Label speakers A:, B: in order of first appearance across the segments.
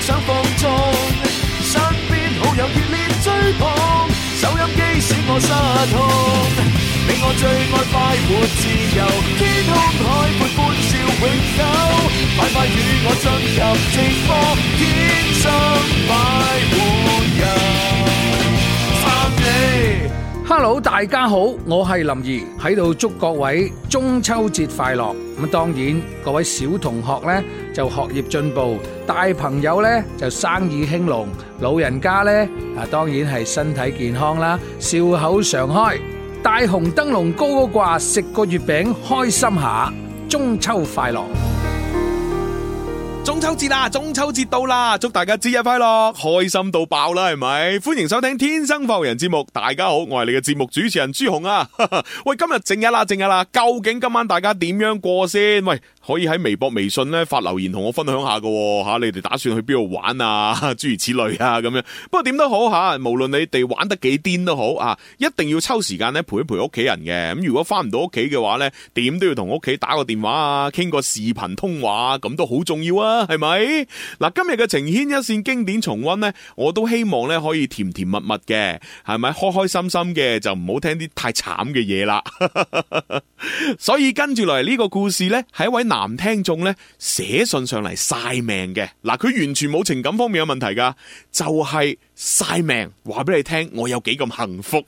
A: 想放縱，身邊好友熱烈追捧，收音機使我失控。你我最愛快活自由，天空海闊歡笑永久，快快與我進入直播，天生快活人，翻你。
B: Hello，大家好，我係林怡，喺度祝各位中秋節快樂。咁當然，各位小同學呢就學業進步，大朋友呢就生意興隆，老人家呢啊當然係身體健康啦，笑口常開，大紅燈籠高高掛，食個月餅開心下，中秋快樂。
C: 中秋節啦，中秋節到啦，祝大家節日快樂，開心到爆啦，係咪？歡迎收聽《天生浮人》節目，大家好，我係你嘅節目主持人朱紅啊。 喂，今日正日啦，正日啦，究竟今晚大家點樣過先？喂，可以喺微博、微信咧發留言同我分享下噶吓，嚇你哋打算去邊度玩啊？ 諸如此類啊，咁樣。不過點都好吓，無論你哋玩得幾癲都好啊，一定要抽時間咧陪一陪屋企人嘅。咁如果翻唔到屋企嘅話咧，點都要同屋企打個電話啊，傾個視頻通話啊，咁都好重要啊，係咪？嗱，今日嘅情牽一線經典重溫呢，我都希望咧可以甜甜蜜蜜嘅，係咪開開心心嘅，就唔好聽啲太慘嘅嘢啦。所以跟住嚟呢個故事呢，係一位男聽眾呢寫信上嚟晒命嘅。嗱，佢完全冇情感方面嘅問題噶，就係、晒命，話俾你聽我有幾咁幸福。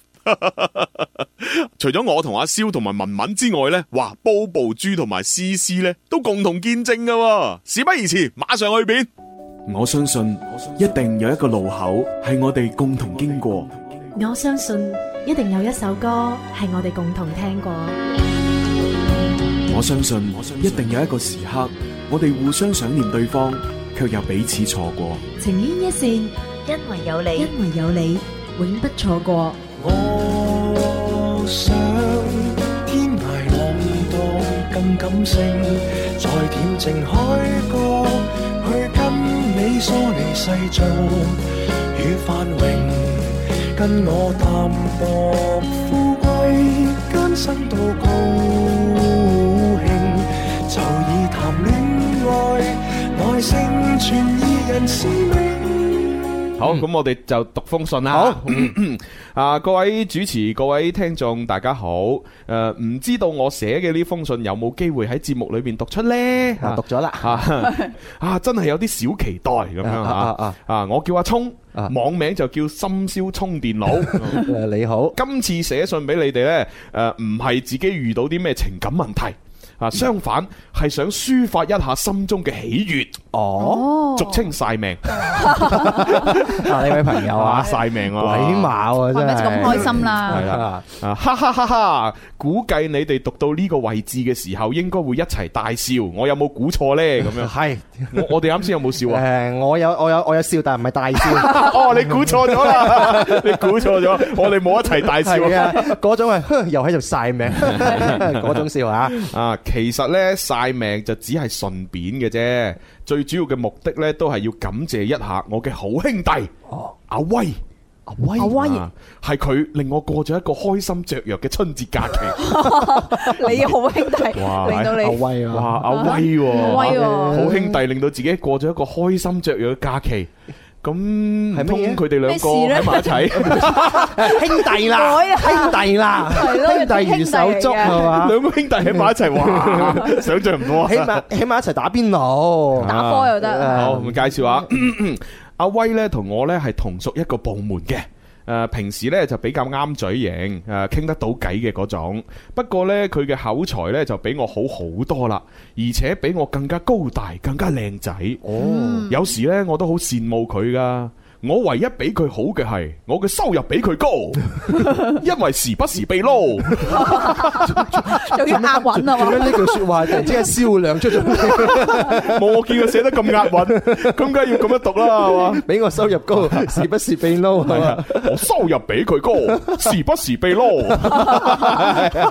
C: 除咗我同阿蕭同埋文文之外呢，哇，Bobo 豬同埋思思呢都共同見證噶喎。事不宜遲，馬上去片。
D: 我相信一定有一個路口係我哋共同經過，
E: 我相信一定有一首歌係我哋共同聽過，
D: 我相信一定有一個時刻，我哋互相想念對方，卻又彼此錯過。
E: 情牽一線，
F: 因为有你，
E: 因為有你，永不錯過。
G: 我想天涯浪蕩更感性，在恬靜海角去跟你梳理世俗與繁榮，跟我淡薄富貴艱辛到高興，就以談戀愛耐性全二人使命。
C: 好，咁我哋就讀封信啦。
H: 嗯好
C: 啊，各位主持、各位聽眾，大家好。誒、唔知道我寫嘅呢封信有冇機會喺節目裏邊讀出呢？
H: 啊，讀 咗啦。
C: 啊 啊，真係有啲小期待咁樣
H: 啊啊
C: 啊
H: 啊！
C: 啊，我叫阿聰，
H: 啊
C: 網名就叫深宵充電佬。
H: 誒你好，
C: 今次寫信俾你哋呢，誒唔係自己遇到啲咩情感問題。
H: 嗯
C: 啊，相反係想抒發一下心中嘅喜悅，
H: 哦，
C: 俗稱晒命，
H: 啊呢位朋友啊，
C: 晒命
H: 鬼
C: 啊，
H: 馬喎
I: 係
H: 真
I: 咪
H: 係，
I: 咁開心
H: Dạ,
I: 啦？
C: 係啦
H: 啊，
C: 啊，哈哈哈哈！估計你哋讀到呢個位置嘅時候，應該會一齊大笑。我有冇估錯呢？咁 樣，
H: 係
C: 我我哋啱先有冇笑 啊？
H: 誒，我有我有我有笑，但係唔係大笑。
C: 哦，你估錯咗 啦！你估錯咗，我哋冇一齊 大笑
H: 係啊，嗰種係 哼又喺度 晒命，嗰種笑啊，
C: 啊！其實呢，晒命就只係順便嘅啫，最主要嘅目的呢，都係要感謝一下我嘅好兄弟阿威。
H: 阿威
I: 哦阿威，
C: 啊，係佢令我過咗一個開心雀躍嘅春節假 期。
I: 你好兄弟，
C: 哇
I: 令到
H: 阿
I: 你
H: 威啊，
C: 哇，阿威喎，
I: 好威啊喎，
C: 好兄弟令到自己過咗一個開心雀躍嘅假期。咁唔
H: 係乜
C: 通
H: 嘢
C: 佢哋兩個
I: 咩事呢
C: 喺埋一齊，
H: 兄弟啦
I: 改啊，
H: 兄弟啦，
I: 係咯
H: 兄弟如手足
I: 有啲兄弟嚟啊
C: 兩個兄
H: 係嘛？
I: 嘅
C: 弟喺埋一齊， 哇！想象唔到
H: 起
C: 啊！
H: 碼起碼一齊打 邊爐，
I: 打波又得，
C: 好，我介紹下阿威呢同我呢係同屬一個部門嘅。誒、平時呢就比較啱嘴型，誒、呃傾得到偈嘅嗰種。不過呢，佢嘅口才呢就比我好好多啦，而且比我更加高大，更加靚仔。
H: 哦，
C: 有時呢，我都好羨慕佢噶。我唯一比佢好嘅係，我嘅收入比佢高，因為時不時被撈。
I: 仲要押韻 啊
H: 做咩
I: 嘛！
H: 呢句説話突然之間銷量出咗 嚟，
C: 冇我見佢寫得咁押韻，咁梗係要咁樣讀啦，係嘛？
H: 比我收 入高，時不時被撈係
C: 係
H: 嘛
C: 啊？，我收入比佢高，時不時被撈。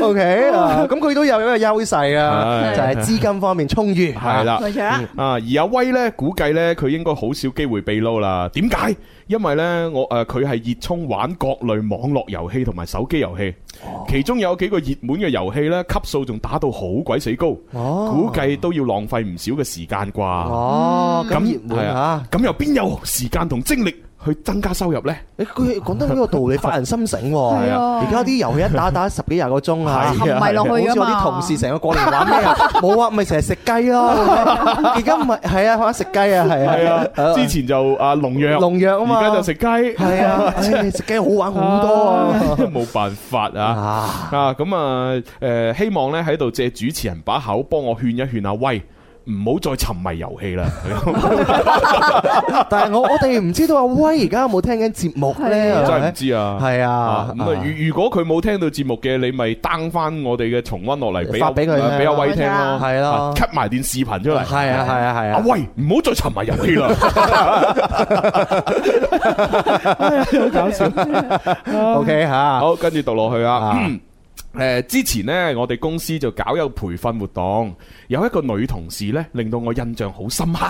H: OK 啊，咁佢都有一個優勢啊，
C: 係
H: 就係資金方面充裕，
C: 係啦，啊
I: 冇錯啦，
C: 啊，而阿威呢，估計呢，佢應該好少機會被撈啦。點解？因為呢，我誒佢係熱衷玩各類網絡遊戲同埋手機遊戲，
H: 哦
C: 其中有幾個熱門嘅遊戲呢，級數仲打到好鬼死高，
H: 哦
C: 估計都要浪費唔少嘅時間啩。
H: 哦，咁熱門
C: 係
H: 嚇
C: 啊，，咁又邊有時間同精力去增加收入呢？
H: 誒佢講得呢個道理，發人心醒喎。
I: 係
H: 而
I: 啊
H: 家啲遊戲一打打十幾廿個鐘啊，
I: 係啊沉迷落去
H: 好
I: 㗎嘛
H: 似我啲同事成個過年玩咩啊？冇啊，咪成日食雞咯。而家唔係係啊，玩食雞啊，係啊，
C: 係 啊，之前就啊農藥，
H: 農藥啊嘛，
C: 而家就食雞，
H: 係啊，唉食雞好玩好
C: À.
H: 多啊。
C: 冇辦法啊！
H: 啊，
C: 啊咁啊，诶、希望咧喺度借主持人把口幫我勸一勸阿威，唔好再沉迷遊戲 啦。
H: 但係我我哋唔知道阿威而家有冇聽緊節目咧？
C: 真
H: 係
C: 係
H: 咪
C: 唔知啊。
H: 係啊
C: 啊，，咁啊，如如果佢冇聽到節目嘅，你咪 down 翻我哋嘅重溫落嚟，俾阿啊
H: 發俾佢聽
C: 俾阿威聽咯，
H: 係咯
C: 啊，cut 埋段視頻出嚟。
H: 係啊係啊係
C: 阿
H: 啊，
C: 威，唔好再沉迷遊戲 啦，好搞笑。
H: ，OK À. 吓，
C: 好，跟住讀落去啊
H: 啊。
C: 诶、之前呢，我哋公司就搞一個培訓活動，有一個女同事呢，令到我印象好深刻。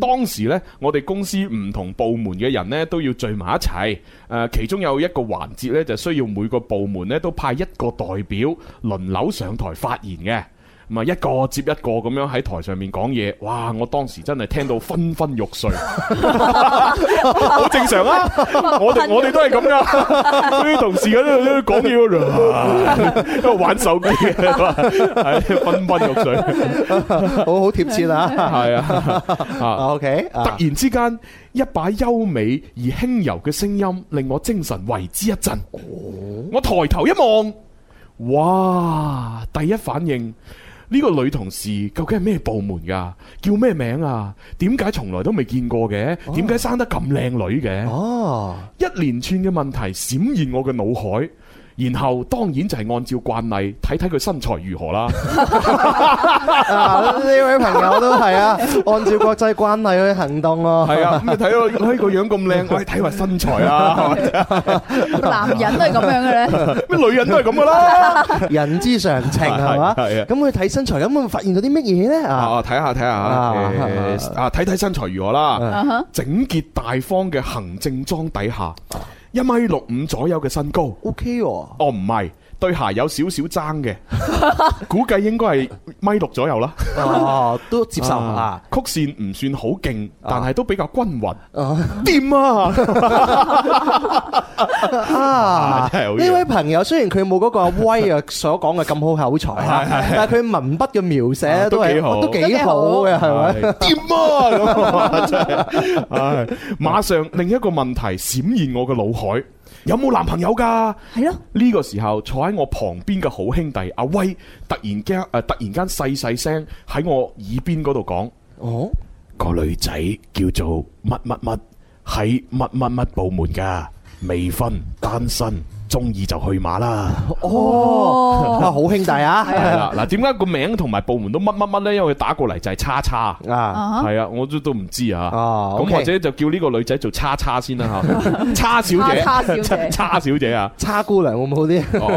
C: 當時呢，我哋公司唔同部門嘅人呢，都要聚埋一齊。诶、其中有一個環節呢，就需要每個部門呢，都派一個代表輪流上台發言嘅。咁啊，一個接一個咁樣喺台上面講嘢，哇！我當時真係聽到昏昏欲睡，好正常啊！我哋我哋都係咁噶，啲同事喺度講嘢嗰度啊， 喺度玩手機，係昏昏欲睡，
H: 好好貼 切啊。
C: 係啊啊！
H: 啊 OK，
C: 突
H: 啊
C: 然之間，一把優美而輕柔嘅聲音令我精神為之一振。我抬頭一望，哇！第一反應呢、個女同事究竟係咩部門㗎？叫咩名啊？點解從來都未見過嘅？點解生得咁靚女嘅？
H: 哦。
C: 一連串嘅問題閃現我嘅腦海，然後當然就係按照慣例睇睇佢身材如何啦。
H: 啊！呢位朋友都係啊，按照國際慣例去行動咯。
C: 係 啊，咁你睇到佢個樣咁靚， 我哋睇埋身材啊， 係咪
H: 嗯
I: 男人都係咁樣嘅 咧，
C: 咩女人都係咁噶啦。
H: 人之常情係
C: 係
H: 嘛？
C: 係啊
H: 咁佢睇身材，咁會發現到啲乜嘢咧？啊，
C: 啊，睇下睇
H: 啊
C: 下，誒啊睇睇身材如何啦。
I: 啊哈
C: 整潔大方嘅行政裝底下，一米六五左右嘅身高。
H: OK 喎，
C: 哦，唔係，對鞋有少少爭 嘅，估計應該係米六左右啦。
H: 哦，都接受啊
C: 啊，曲線唔算好勁，但係都比較均勻。
H: 啊
C: 掂啊！
H: 啊！
C: 真係好
H: 呢
C: 嘢
H: 位朋友雖然佢冇嗰個阿威啊所講嘅咁好口才啊，但係佢文筆嘅描寫
C: 啊
H: 都
C: 都
H: 係
C: 幾好啊
H: 都幾好嘅， 係咪？
C: 掂啊！咁啊真係，唉，馬上另一個問題閃現我嘅腦海：有冇男朋友㗎？
I: 係咯，
C: 呢個時候坐喺我旁邊嘅好兄弟阿威，突然間诶、呃突然間細細聲喺我耳邊嗰度講：
H: 哦，
C: 個女仔叫做乜乜乜，喺乜乜乜部門㗎，未婚單身，中意就去馬啦。
H: 哦，哇好兄弟
C: 系
H: 啊！
C: 啦， 嗱，點解個名同埋部門都乜乜乜呢？因為佢打過嚟就係叉叉。
H: 啊，
I: 啊哈
C: 係啊，我都都唔知啊。
H: 哦
C: 咁
H: OK
C: 或者就叫呢個女仔做叉叉先啦吓，叉小姐，
I: 叉叉小 姐
C: 叉小姐啊。
H: 叉姑娘會唔會好 啲？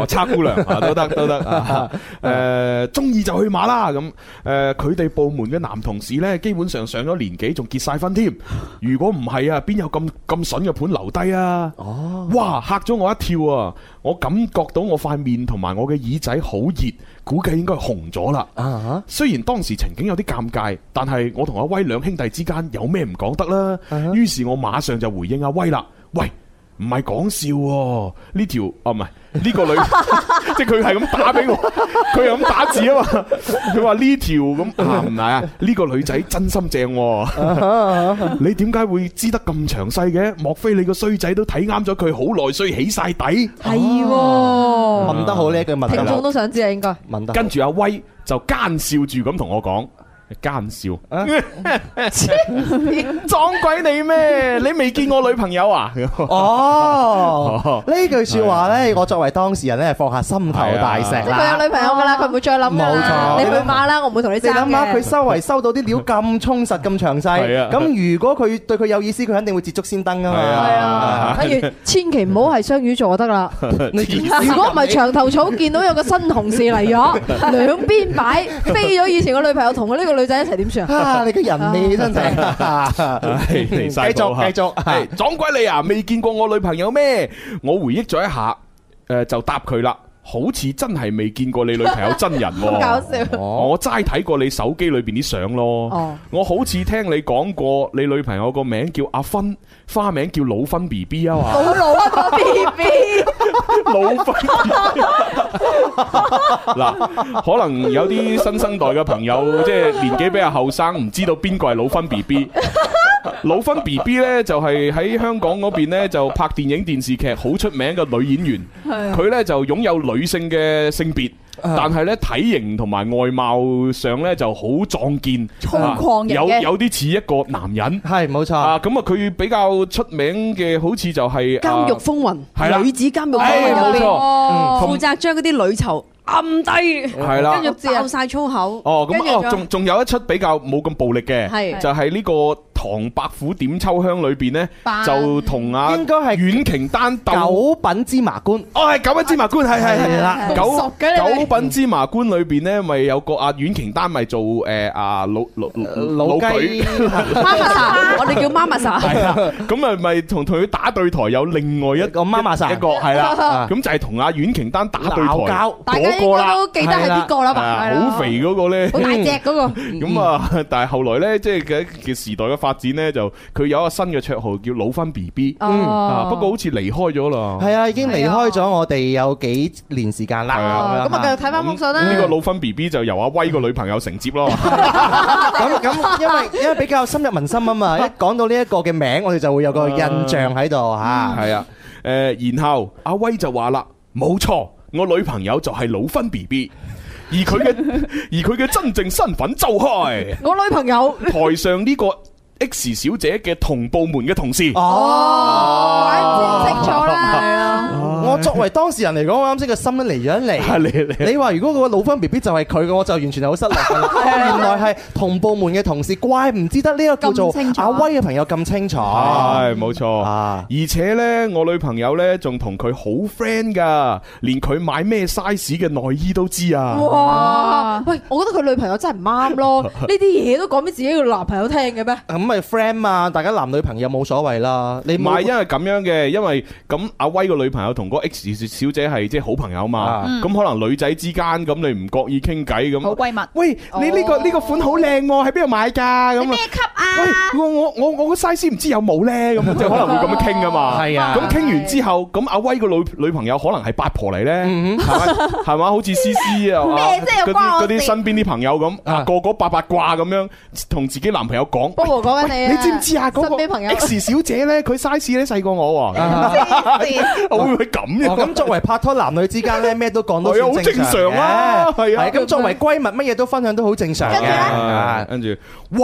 C: 哦，叉姑 娘啊，都得都得啊，诶，中意就去馬啦咁。诶，佢哋部門嘅男同事呢，基本上上咗年紀，仲結晒婚添。如果唔係啊，邊有咁咁筍嘅盤留低啊？哦，哇，嚇咗我一跳啊！我感覺到我塊面同埋我嘅耳仔好熱，估計應該紅咗啦。
H: 啊，
C: 雖然當時情景有啲尷尬，但係我同阿威兩兄弟之間有咩唔講得啦
H: 啊哈？
C: 於是我馬上就回應阿威啦，喂！唔係講笑喎，呢條啊唔係呢個女， 即係佢係咁打俾我， 佢係咁打字啊嘛。 佢話呢條咁啊唔係啊，呢個女仔真心正
I: 啊
C: 喎。你點解會知得咁詳細嘅？莫非你個衰仔都睇啱咗佢好耐，所以起晒底？
I: 係喎，
H: 問得好呢一句問
I: 聽
H: 得
I: 眾
H: 好，
I: 都想知啊，應該
H: 問得好
C: 跟住阿威就奸笑住咁同我講，奸笑。
I: 啊
C: 撞鬼你咩？你未見我女朋友啊？
H: 哦
C: 哦，
H: 呢句说話咧，我作為當事人咧，放下心頭大石
I: 即係佢有
H: 啦。
I: 女朋友㗎啦，佢唔會再諗㗎啦
H: 冇錯
I: 你去馬啦，我唔會同你
H: 你
I: 爭
H: 諗下，佢
I: 嘅。
H: 收圍收到啲料咁充實、咁詳細，
C: 係啊
H: 咁如果佢對佢有意思，佢肯定會捷足先登啊
C: 係
H: 嘛。
I: 係啊，跟住千祈唔好係雙魚座 得啦。
H: 你
I: 如果唔係 長頭草，見到有個新同事嚟咗，兩邊擺飛咗以前個女朋友同佢呢個女女仔一齊點算啊？
H: 啊，你個人你 真係。
C: 唉離晒
H: 繼
C: 譜
H: 續
C: 啊
H: 繼續
C: 係撞鬼你啊！未見過我女朋友咩？我回憶咗一下，誒就答佢啦，好似真係未見過你女朋友真人
I: 好搞
C: 喎。哦
I: 笑。
C: 我齋睇過你手機裏邊啲相咯，
I: 哦，
C: 我好似聽你講過你女朋友個名叫阿芬，花名叫老芬 B B 啊嘛。
I: 好老啊個 B B，
C: 老肺 嗱，可能有啲新生代嘅朋友，即係年紀比較後生，唔知道邊個係老芬 B B。老芬 B B 呢，就係喺香港嗰邊呢，就拍電影電視劇好出名嘅女演員，佢呢，就擁有女性嘅性別。但係呢，體型同埋外貌上呢，就好壯健，
I: 粗犷型
C: 有
I: 嘅
C: 有啲似一個男人
H: 係冇錯，
C: 啊！咁啊，佢比較出名嘅好似就係啊
J: 監獄風
C: Ờ, 係啦
J: 雲，女子監獄
C: 哎
J: 風雲
C: 冇
I: dạ.
J: 入
C: 錯
J: 邊，
I: 哦
J: 負責將嗰啲女囚暗低，
C: 係啦
J: 跟。住爆晒粗口。
C: 哦，咁
J: 跟住
C: 哦，
J: 仲
C: 仲仲有一出比較冇咁暴力嘅，
J: 係
C: 就係呢個《唐伯虎點秋香》裏邊呢，
J: 扮
C: 就同阿
H: 應該係
C: 阮瓊丹鬥，
H: 九品芝麻官
C: 哦係九品芝麻官，係係係
H: 係啦。
C: 九
I: 咁熟嘅你哋
C: 九品芝麻官裏邊呢，咪有個阿阮瓊丹咪做誒阿老老
H: 老雞
C: 舉，
J: 媽媽莎，我哋叫媽媽莎。
C: 係啦，咁啊咪同同佢打對台有另外一
H: 個媽媽生
C: 一個係 啦
H: 啊，
C: 咁就係同阿阮瓊丹打對
H: 鬧
C: 台
H: 交，
I: 大家應
C: 嗰個
I: 該
C: 啦
I: 都記得係邊個啦吧？係
C: 啊
I: 啦
C: 好肥，嗰個呢。
I: 好大隻嗰個。
H: 嗯
C: 咁啊， 但係後來咧，即係嘅嘅時代嘅發展咧，就佢有一個新嘅綽號叫老芬 B B 啊，
I: 哦，
C: 不過好似離開咗啦。
H: 係啊，已經離開咗我哋有幾年時間
C: 係
H: 啦。
C: 啊
I: 咁啊，繼續睇翻封信
C: 呢個
I: 啦。
C: 老芬 B B 就由阿威個女朋友承接 咯。
H: 咁咁，因為因為比較深入民心啊嘛，一講到呢一個嘅名，我哋就會有個印象喺度嚇。
C: 係啊，誒，然後阿威就話啦，冇錯，我女朋友就係老芬 B B，而佢 嘅而佢嘅真正身份就係
I: 我女朋友，
C: 台上呢個 X 小姐嘅同部門嘅同事。
I: 哦，怪唔知唔清楚啦。係啊，
H: 我作為當事人嚟講，我啱先個心都離咗
C: 係
H: 一離。
C: 啊你你
H: 你話如果個老分 B B 就係佢嘅，我就完全係好失落㗎啦。原來係同部門嘅同事，怪唔知得呢個叫做
J: 咁清楚
H: 阿威嘅朋友咁清楚。
C: 係冇錯。
H: 啊
C: 而且呢，我女朋友呢仲同佢好 friend 噶，連佢買咩 size 嘅內衣都知啊。
I: 哇！喂，我覺得佢女朋友真係唔啱 咯，呢啲嘢都講俾自己個男朋友聽嘅咩？
H: 咁咪 friend 嘛，大家男女朋友冇所謂啦。你
C: 唔係，
H: 冇
C: 因為咁樣嘅，因為咁阿威個女朋友同嗰 X 小姐係即係好朋友嘛
H: 啊，
C: 咁可能女仔之間咁你唔覺意傾偈
J: 好閨
C: 咁，
J: 蜜，
C: 喂，你呢個
I: 哦
C: 呢個款好靚喎，喺邊度買㗎？咁啊，喂，我我我我個 size 唔知有冇呢？ 咁啊即係可能會咁樣傾噶嘛。
H: 係啊
C: 咁傾完之後，咁阿威個女女朋友可能係八婆嚟
H: 嗯
C: 呢，係咪？係嘛？好似思思啊，
I: 咩啫
C: 嗰
I: 又關
C: 啲
I: 我
C: 嗰啲
I: 事
C: 身邊啲朋友咁，啊
H: 啊
C: 個個八八卦咁樣，同自己男朋友講。
I: 不過講緊你
C: 喂
I: 啊，
C: 你知唔知啊？嗰
I: 身邊
C: 個
I: 朋友
C: X 小姐呢，佢 size 咧細過我喎，我會唔會咁
H: 哦，
C: 樣？
H: 咁作為拍拖男女之間咧，咩都講到
C: 係啊好
H: 算
C: 正
H: 正
C: 常啊
H: 嘅
C: 係啊
H: 係咁作為閨蜜，乜嘢都分享都好正 常
I: 跟住咧
C: 啊
H: 嘅。
C: 跟住，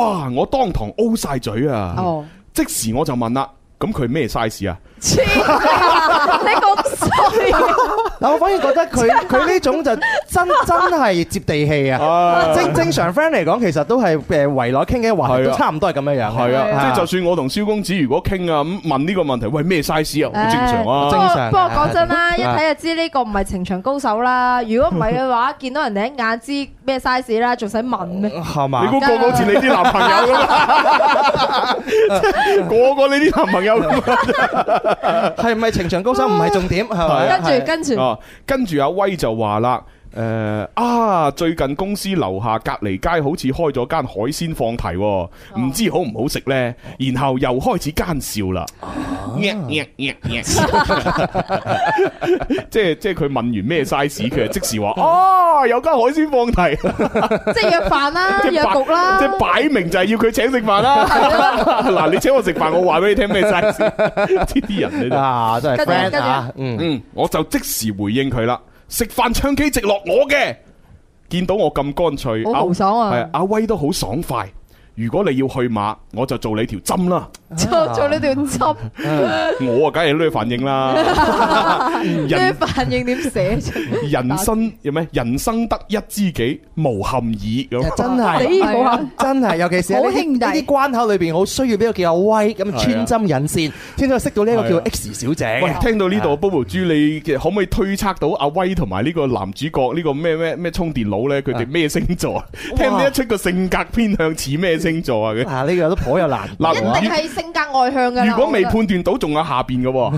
C: 哇！我當堂 O 晒嘴啊！
I: 哦，
C: 即時我就問啦，咁佢咩 size 啊？
I: 黐線你咁衰，
H: 但我反而覺得 佢佢呢種就真真係接地氣
I: 哦
H: 啊！
C: 啊
H: 正正常 friend 嚟講，其實都係誒圍內傾嘅話題
C: 係啊
H: 都差唔多係咁樣樣。
C: 係啊，即係就
H: 係
C: 算我同蕭公子如果傾啊，咁問呢個問題，喂咩 size 啊，好正常
I: 不
C: 啊
H: 唉。
I: 過
H: 正常
I: 不過講 真啦，一睇就知呢個唔係情場高手啦。如果唔係嘅話，見到人哋一眼知咩 size 啦，仲使問咩？
H: 係
C: 你
H: 嘛？
C: 估個個好似你啲男朋友咁啊， 個個你啲男朋友咁啊
H: 係咪情場高手唔係重點係
C: 係
H: 咪？
I: 跟住跟住，
C: 哦。跟住阿威就話啦。誒啊！最近公司樓下隔離街好似開咗間海鮮放題喎，唔知好唔好食呢？然後又開始奸笑啦，即係即係佢問完咩 size，佢就即時話：哦，有間海鮮放題。
I: 即係約飯 啦，
C: 即係
I: 約
C: 擺
I: 局啊啦
C: 即。係擺明就係要佢請食飯啦。 嗱，你請我食飯，我話俾你聽咩 size？呢啲人你就
H: 啊，真係
I: 跟住
H: friend
I: 跟住
H: 啊！嗯，
C: 嗯，我就即時回應佢啦。食飯唱 K 直落我嘅，見到我咁乾脆，
I: 好豪爽啊
C: 係阿威都好爽快。如果你要去馬，我就做你條針 啦。
I: 就 做呢條針，
C: 我啊，梗係呢反應 啦。
I: 呢
C: 人
I: 啲反應點寫出嚟？
C: 人生有咩？人生得一知己，無憾矣
I: 哎
C: 咁。
H: 真係，真係，尤其是喺呢
J: 好兄
H: 啲
J: 弟
H: 呢啲關口裏邊，好需要呢個叫阿威咁穿針引線，先可以識到呢一個叫 X 小姐。
C: 喂，聽到呢
I: 哎
C: 度，Bobo 豬，你嘅可唔可以推測到阿威同埋呢個男主角呢個咩咩咩充電佬咧？佢
I: 啊
C: 哋咩星座？聽唔聽得出個性格偏向似咩星座啊？佢
H: 啊，呢個都頗有難
C: 嗱，
I: 一定係性格外向
C: 如
I: 㗎啦。
C: 如果未
I: 我覺得
C: 判斷到，仲有下邊嘅 喎。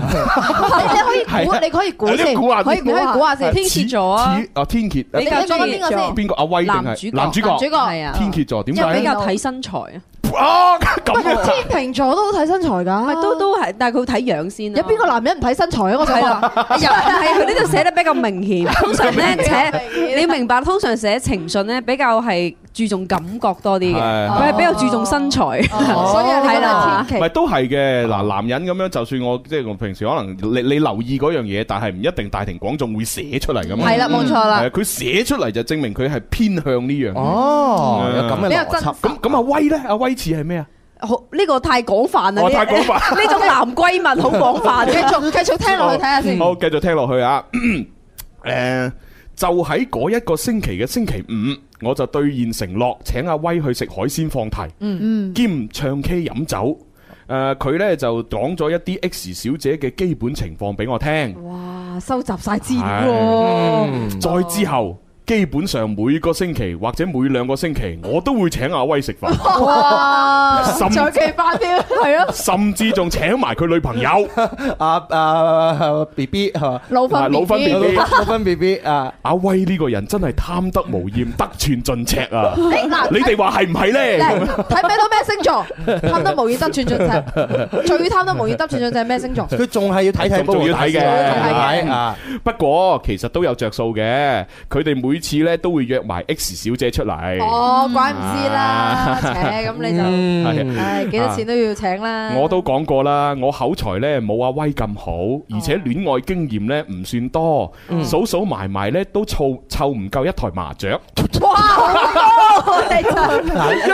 I: 你可以
C: 係啊
I: 估， 你可以估
C: 你
I: 先，
C: 估下先
I: 可以估
J: 你可以
I: 下
J: 估下先。
I: 先
J: 天蠍座啊
C: 似，似啊，天蠍啊
I: 你
J: 比較
I: 你講緊邊個
J: 中意
I: 先？
C: 邊個阿威定
J: 男主
C: 係
J: 角
C: 男主角
I: 男？主角
J: 係啊
C: 天蠍座點
J: 因為
C: 解
J: 比
C: 呢？
J: 較睇身材啊，
C: 啊，咁樣啊
I: 天秤座都好睇身材㗎，
J: 唔係都都係，但係佢睇樣先啊
I: 有邊個男人唔睇身材啊？我想
J: 係
I: 問。
J: 啦，又係佢呢度寫得比較明 顯。通常咧
I: 哦
J: 寫，你要明白，通常寫情信咧比較係注重感覺多啲嘅，
C: 係
J: 佢係比較注重身材。
I: 所以你覺
J: 係
I: 得
J: 啦
I: 天
C: 咪
I: 秤
C: 都係嘅嗱，男人咁樣，就算我即係我平時可能你你留意嗰樣嘢，但係唔一定大庭廣眾會寫出嚟咁嘛。
I: 係啦，冇錯
C: 係啊，
I: 啦，
C: 佢寫出嚟就證明佢係偏向呢樣嘢。嗯
H: 哦，有咁嘅
I: 比較
H: 邏
I: 真
H: 輯。
I: 實。
C: 咁咁阿威咧，阿威似係咩啊？嗯
J: 好呢個太廣泛啦，
C: 我
J: 呢
C: 太廣泛。
J: 呢種男閨蜜好廣泛啊
I: 繼
J: 嘅。
I: 續繼續聽落去睇下先。
C: 好，繼續聽落去啊。 誒，就喺嗰一個星期嘅星期五，我就兌現承諾，請阿威去食海鮮放題，
I: 嗯
C: 兼唱 K 飲酒。誒，佢呢就講咗一啲 X 小姐嘅基本情況俾我聽。
I: 嗯，哇，收集晒資料喎。
C: 係再之後，基本上每個星期或者每兩個星期，我都會請阿威食 飯，
I: 哇，
C: 甚
I: 再期翻啲，係
C: 啊
I: 咯，
C: 甚至仲請埋佢女朋 友。
H: 啊啊 B B 係嘛？
I: 老粉
C: 老分
I: BB
C: 別 BB
H: 老分 B B 啊，
C: 阿威呢個人真係貪得無厭，得寸進尺 啊！
I: 誒嗱，
C: 你哋話係唔 係
I: 睇
C: 呢？
I: 睇唔睇到咩星座？貪得無厭得寸進尺，最貪得無厭得寸進尺係咩星座？
H: 佢仲係要睇 睇，
C: 仲仲要睇嘅
H: 係咪啊？
C: 不過其實都有着數嘅，佢哋每次呢都會約埋 X 小姐出嚟。
I: 哦，怪唔知啦，扯咁你就，
H: 嗯，
I: 唉，幾多錢都要請啦。
C: 我都講過啦，我口才呢冇阿威咁好，而且戀愛經驗呢唔算多，數數埋埋呢都湊湊唔夠一台麻雀，
I: 哇，好多我哋 就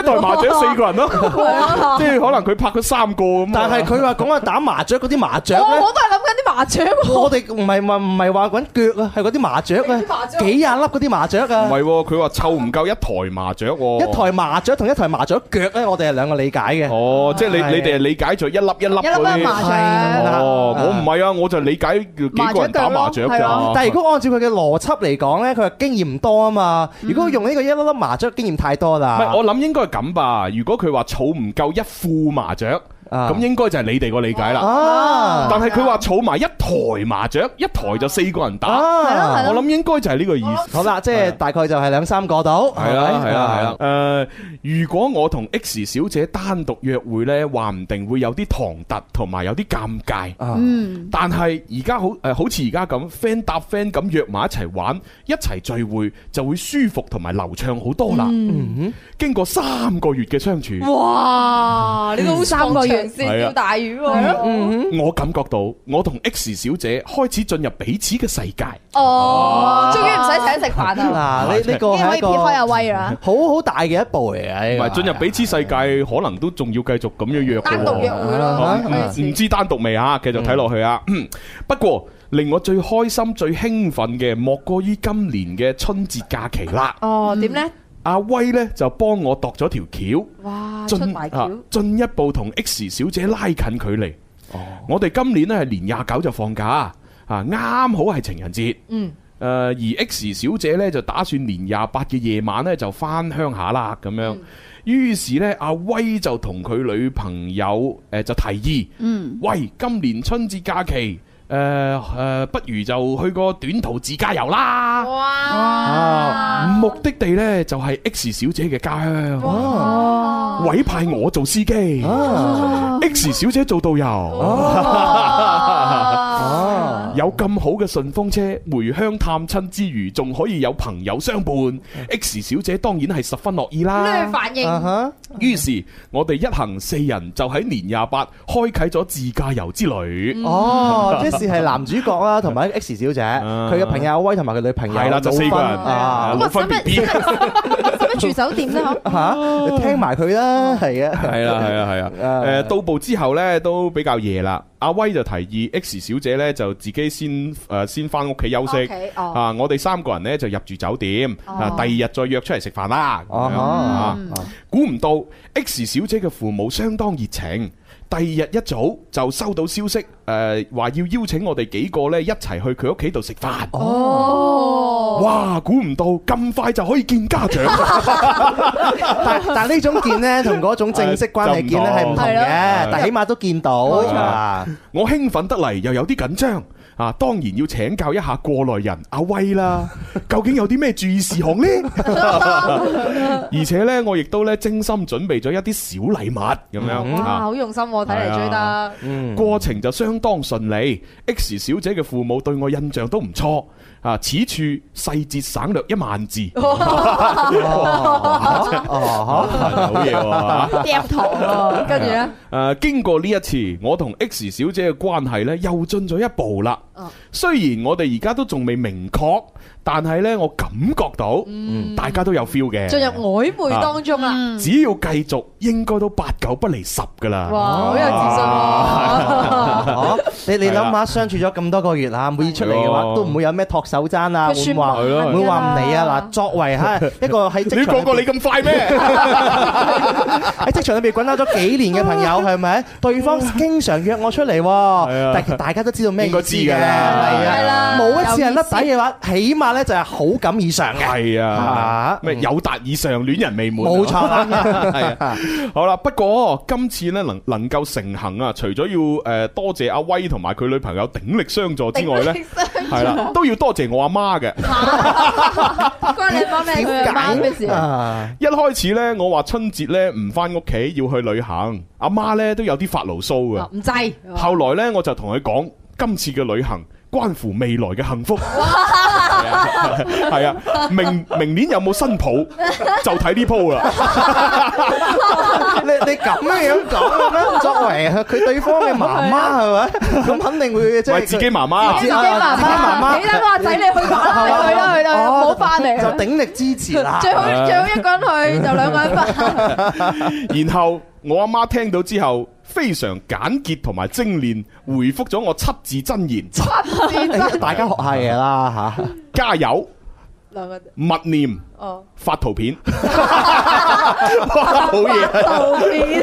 C: 一台麻雀四個人咯， 即係可能佢拍咗三個咁啊。
H: 但係佢話講話打麻雀嗰啲麻雀
I: 我
H: 咧
I: 我。都係諗緊啲麻雀喎。
H: 我哋唔係話唔係話揾腳啊，係嗰啲麻雀
I: 嗰啲麻
H: 啊
I: 雀，
H: 幾廿粒嗰啲麻雀
C: 唔
H: 啊，
C: 係喎，佢話湊唔夠一台麻雀喎。
H: 一台麻雀同一台麻雀腳咧，我哋係兩個理解嘅。
C: 哦，即係你
H: 係
C: 你哋係理解咗一粒一粒
I: 一粒
C: 嗰
I: 粒麻
C: 啲。
I: 雀
H: 係啦
C: 哦，我唔係啊，我就理解幾個人打麻雀
I: 麻雀腳
C: 咋
I: 咯。
H: 但係如果按照佢嘅邏輯嚟講咧，佢話經驗唔多啊嘛。如果用呢個一粒粒麻雀經驗太多
C: 唔
H: 啦，
C: 係，我諗應該係咁吧。如果佢話儲唔夠一副麻雀，
H: 啊
C: 咁應該就係你哋個理解啦。
H: 啊
C: 但係佢話儲埋一台麻雀，一台就四個人打，
H: 啊，哦
C: 我諗應該就係呢個意思。
H: 好啦，即係大概就係兩三個到，
C: 係啦，
H: 咪
C: 係啦，係啦。誒，如果我同 X 小姐單獨約會呢，話唔定會有啲唐突，同埋有啲尷尬。
H: 啊
I: 嗯，
C: 但係而家好誒、呃好似而家咁 friend 搭 friend 咁約埋一齊玩，一齊聚會就會舒服同埋流暢好多啦。
H: 嗯
C: 經過三個月嘅相處，
I: 哇，你都好三個月先
C: 係啊
I: 釣大魚喎。哦
C: 我感覺到我同 X 小姐開始進入彼此嘅世界。
I: 哦，終於唔使請食飯
H: 嗱，
I: 啦，
H: 呢呢個
I: 已經可
H: 係
I: 以
H: 一
I: 撇
H: 個
I: 開阿威啦。
H: 好好大嘅一步嚟嘅，
C: 唔
H: 呢
C: 係啊
H: 個
C: 進入彼此世界，可能都仲要繼續咁樣約嘅
I: 單獨約
C: 喎。
I: 會咯
H: 啊，
I: 開
C: 唔
I: 始
C: 唔知單獨未啊？繼續睇落去啊！ 不過令我最開心、最興奮嘅，莫過於今年嘅春節假期啦。
I: 哦，點咧？
C: 阿威呢，就幫我度咗條橋。
I: 哇，出
C: 進
I: 埋
C: 啊
I: 橋，
C: 進一步同 X 小姐拉近距離。我哋今年呢係年廿九就放假啊，啱好係情人節。
I: 嗯。
C: 誒、而 X 小姐呢，就打算年廿八嘅夜晚呢就翻鄉下啦，咁
I: 嗯
C: 樣。於是呢，阿威就同佢女朋友誒、呃就提議，嗯，喂，今年春節假期，誒、誒、不如就去個短途自駕遊啦。啊
I: 哇！
C: 目的地呢，就係、X 小姐嘅家鄉。委派我做司機，X 小姐做導遊，
I: 哦，
C: 有咁好嘅順風車回鄉探親之餘，仲可以有朋友相伴，X 小姐當然係十分樂意
I: 咩
C: 啦。
I: 反應？
H: 啊哈
C: 於是，我哋一行四人就喺年廿八開啟咗自駕遊之旅。
H: 哦，即是係男主角啦，同埋 X 小姐，佢嘅朋友阿威同埋佢女朋友，À.
I: Ừ.
C: 係啦，就四個人，
H: 老芬
C: 冇分
H: 啊
C: 別啲。
I: 使乜住酒店咧，
H: À
I: 嗬。
H: 吓，你聽埋佢啦，係啊，
C: 系啦，系啦，系
H: À.
C: 啊！诶，到步之後呢，都比較夜啦。阿威就提議 X 小姐呢，就自己先诶先翻屋企休息
I: OK，哦
C: 啊，我哋三個人呢，就入住酒店啊
I: 哦，
C: 第二日再約出嚟食飯啦。咁
H: À
C: 樣啊
H: 啊
C: 估唔到 X 小姐嘅父母相當熱情。第二日一早就收到消息，誒、話要邀請我哋幾個呢一齊去佢屋企度食飯。
I: 哦，
C: 哇！估唔到咁快就可以見家長，
H: 但但呢種見咧，同嗰種正式關係見咧係唔同
I: 係咯
H: 嘅，但起碼都見到。
C: 冇錯
H: 啊
C: 我興奮得嚟又有啲緊張啊！當然要請教一下過來人阿威啦，究竟有啲咩注意事項呢？而且呢，我亦都咧精心準備咗一啲小禮物咁樣
I: 嗯哇，
C: 啊。
I: 好用心喎，睇嚟追
C: 係
I: 得
C: 啊。過程就相當順利，X 小姐嘅父母對我印象都唔錯啊！此處細節省略一萬字， 啊好
H: 哦，
C: 嘢喎！
I: 掟糖喎，跟住咧，
C: 诶、经过呃呢一次，我同 X 小姐嘅關係呢又進咗一步啦。
I: 哦
C: 雖然我哋而家都仲未明確，但係呢，我感覺到、大家都有 feel 嘅。
I: 嗯進入曖昧當中啦。
C: 只要繼續，應該都八九不離十噶啦。
I: 哇，好有
H: 哦
I: 自
H: 你你諗下，相處咗咁多個月啦，每次出嚟嘅
C: 係啊
H: 話都唔會有咩托手踭啊，
I: 信
H: 會
I: 喎，佢
H: 話
I: 算
H: 唔
I: 唔
H: 會話唔理啊。嗱，作為嚇一個喺職場裏邊
C: 咁快咩？
H: 喺職場裏邊滾打咗幾年嘅朋友，係咪？對方經常約我出嚟
C: 啊
H: 喎，但係大家都知道咩意
C: 應
H: 思嘅，
C: 該知㗎
H: 係
C: 啦
I: 係啦
H: 啊，冇一次係甩底嘅話，起碼咧就係好感以上嘅。
C: 係啊
H: 啊，
C: 咩有達以上，戀人未滿。
H: 冇錯啦，
C: 系啊，好啦，不過今次咧能能夠成行啊，除咗要诶多謝阿威同埋佢女朋友鼎力相助之外呢，係啦，都要多謝我阿媽嘅。
I: 關你媽咩？佢阿媽咩事啊？
H: 啊，
C: 一開始呢，我話春節呢唔翻屋企要去旅行，阿媽呢都有啲發牢騷嘅。
I: 唔制，
C: 後來呢，我就同佢講，今次嘅旅行關乎未來嘅幸福。係啊，係啊明明年有冇新抱就睇呢鋪啦。
H: 你你咁樣講嘅咩？作為佢對方嘅媽媽係咪？咁肯定會即
C: 喂，
H: 係
C: 自己媽媽
I: 自己媽媽，你等我仔你去吧啦，你去啦去啦，唔好翻嚟
H: 就鼎力支持啦。
I: 最好最好一個 人去，就兩個人翻。
C: 然後我阿媽聽到之後，非常簡潔同埋精煉，回覆咗我七字真言：
H: 大家學下嘢啦嚇。
C: 加油，
I: 兩個
C: 默念，
I: 哦，
C: 發圖片。哇好嘢！
I: 道歉。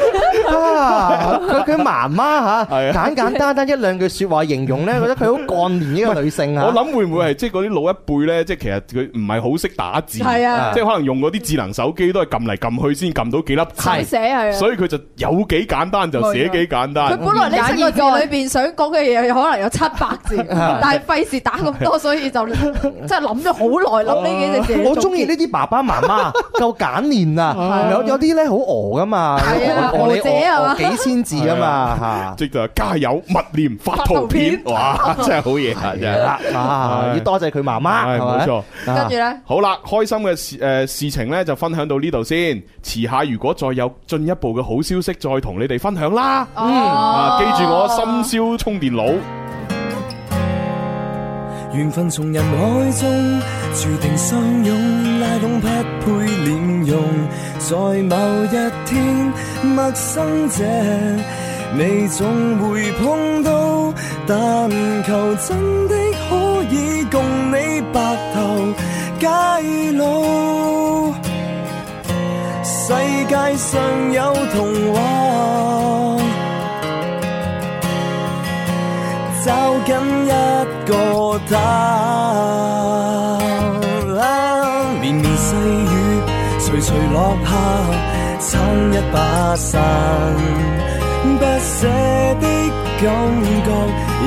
H: 啊！佢佢媽媽
C: 係啊
H: 嚇，簡簡單單一兩句説話形容咧，覺得佢好幹練呢個女性啊。
C: 我諗會唔會係即係嗰啲老一輩呢？即係其實佢唔係好識打字，
I: 係啊
C: 即係可能用嗰啲智能手機都係撳嚟撳去先撳到幾粒
I: 手
C: 字，
I: 寫係啊。
C: 所以佢就有幾簡單就寫幾簡
I: 佢
C: 單。
I: 本來呢七個字裏邊想講嘅嘢可能有七百字，但係費事打咁多，所以就真係諗咗好耐，諗呢幾隻字。
H: 我中意呢啲爸爸媽媽夠簡練啊！有有啲咧好餓噶嘛，
I: 係啊
H: 餓你
I: 餓姐啊嘛
H: 餓幾千字啊嘛嚇。
C: 即係就係加油，默念發
I: 發
C: 圖
I: 圖片
C: 片，哇！真係好嘢啊！真
H: 係
C: 係
H: 啦，啊
C: 係
H: 要多謝佢媽
C: 唉
H: 媽，係
C: 冇
H: 咪？
C: 錯。
H: 啊
I: 跟住咧，
C: 好啦，開心嘅事誒、呃事情呢就分享到呢度先，遲下如果再有進一步嘅好消息，再同你哋分享啦。啊，
I: 哦，
C: 記住我深宵充電腦。
G: 缘分从人海中注定相拥，拉拢匹配脸容，在某一天，陌生者你总会碰到，但求真的可以共你白头偕老。世界上有童話。找緊一個他。綿綿細雨隨隨落下，撐一把傘，不捨的感覺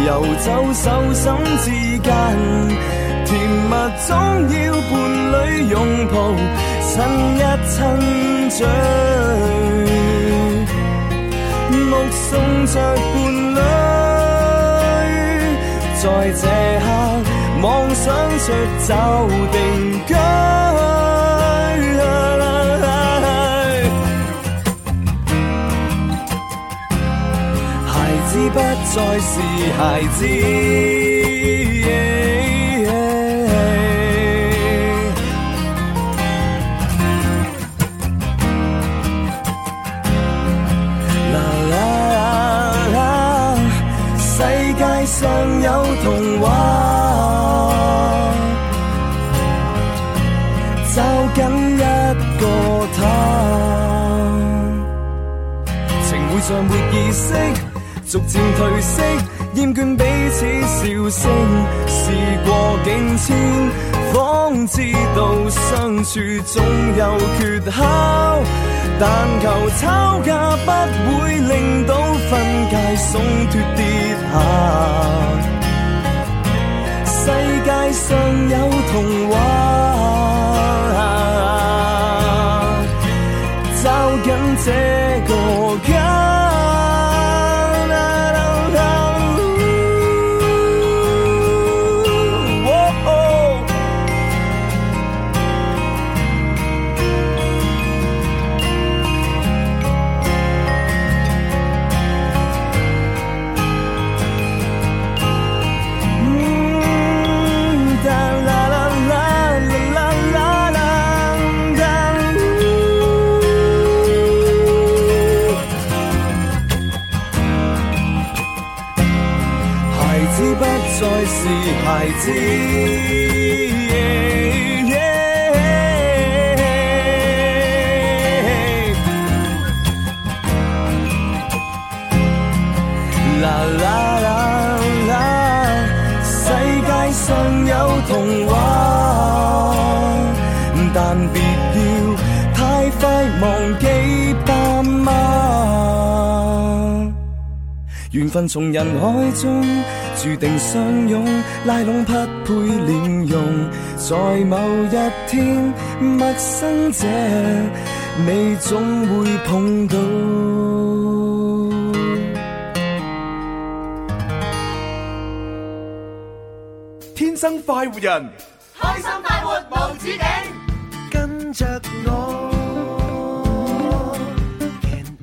G: 游走手心之間。甜蜜總要伴侶擁抱，親一親嘴。目送着伴侶，在這刻妄想着找定居。孩子不再是孩子。上沒意識，逐漸褪色，厭倦彼此笑聲。事過境遷，方知道相處總有缺口，但求吵架不會令到分界鬆脱跌下。世界上有童話。找緊這個家。哦嗯啦啦啦啦啦啦啦啦孩子不再是孩子。啦啦啦啦，世界上有童話，但別要太快忘記爸媽。緣分從人海中注定相擁，拉攏匹配臉容，在某一天，陌生者你總會碰到。
K: 天生快活人，
A: 开心快活无止境，
K: 跟着我。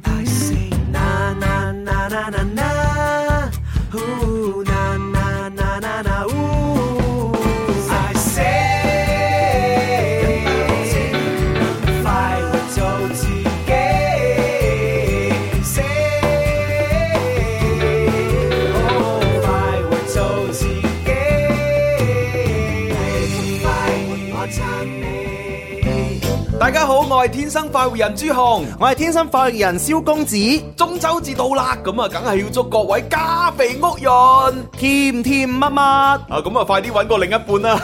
A: I say na na na na na na, ooh na na na na na ooh. I say 快活做自己，say 哦快活做自己，快活我撐你。
K: 大家好，我係天生快活人朱紅，我係天生快活人蕭公子。中秋節到啦，咁啊，梗係要祝各位家肥屋潤，甜甜蜜蜜。啊，
C: 咁啊，快啲揾個另一半 啦！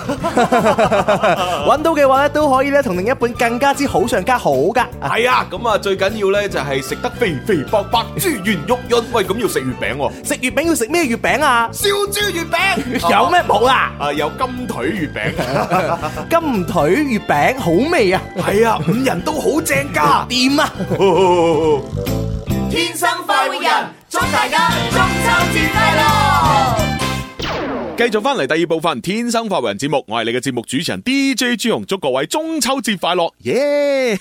H: 揾到嘅話咧，都可以咧同另一半更加之好上加好噶。
C: 係啊，咁啊，最緊要咧就係食得肥肥白白，豬圓肉潤。喂，咁要食月餅喎，
H: 食月餅要食咩月餅啊？
K: 燒豬月 餅
H: 有咩冇啊？
C: 啊，有金腿月餅。
H: 金腿月餅好味啊！
K: 係啊，五人都好正㗎。
H: 掂啊！
A: 天生快活人，祝大家中秋節快樂！
C: 繼續翻嚟第二部分《天生發人》節目，我係你嘅節目主持人 DJ 朱紅，祝各位中秋節快樂，耶、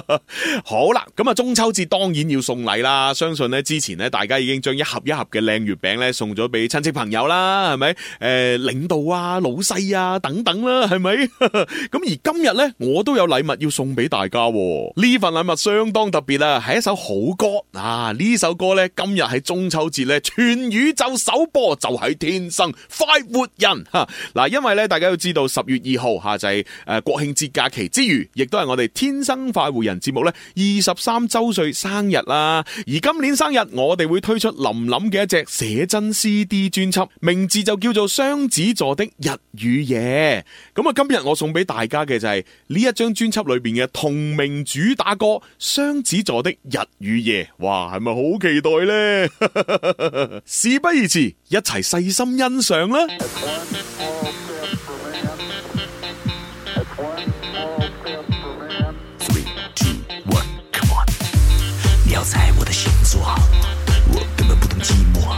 C: 好啦，咁啊中秋節當然要送禮啦，相信呢之前呢，大家已經將一盒一盒嘅靚月餅呢送咗俾親戚朋友啦，係咪？誒、領導啊、老細啊等等啦，係咪？ 咁而今日呢，我都有禮物要送俾大家喎，呢份禮物相當特別啊，係一首好歌啊！呢首歌呢，今日喺中秋節呢，全宇宙首播，就喺天生快活人吓。嗱、因為呢，大家要知道十月二號吓就係、誒國慶節假期之餘，亦都係我哋天生快活人節目呢二十三周歲生日啦。而今年生日我哋會推出林林嘅一隻寫真 CD 專輯，名字就叫做《雙子座的日與夜》。咁啊，今日我送俾大家嘅就係呢一張專輯裏邊嘅同名主打歌《雙子座的日與夜》。哇，係咪好期待呢？ 事不宜遲，一齊細心欣賞啦！
L: 你要猜我的星座，我根本不懂寂寞，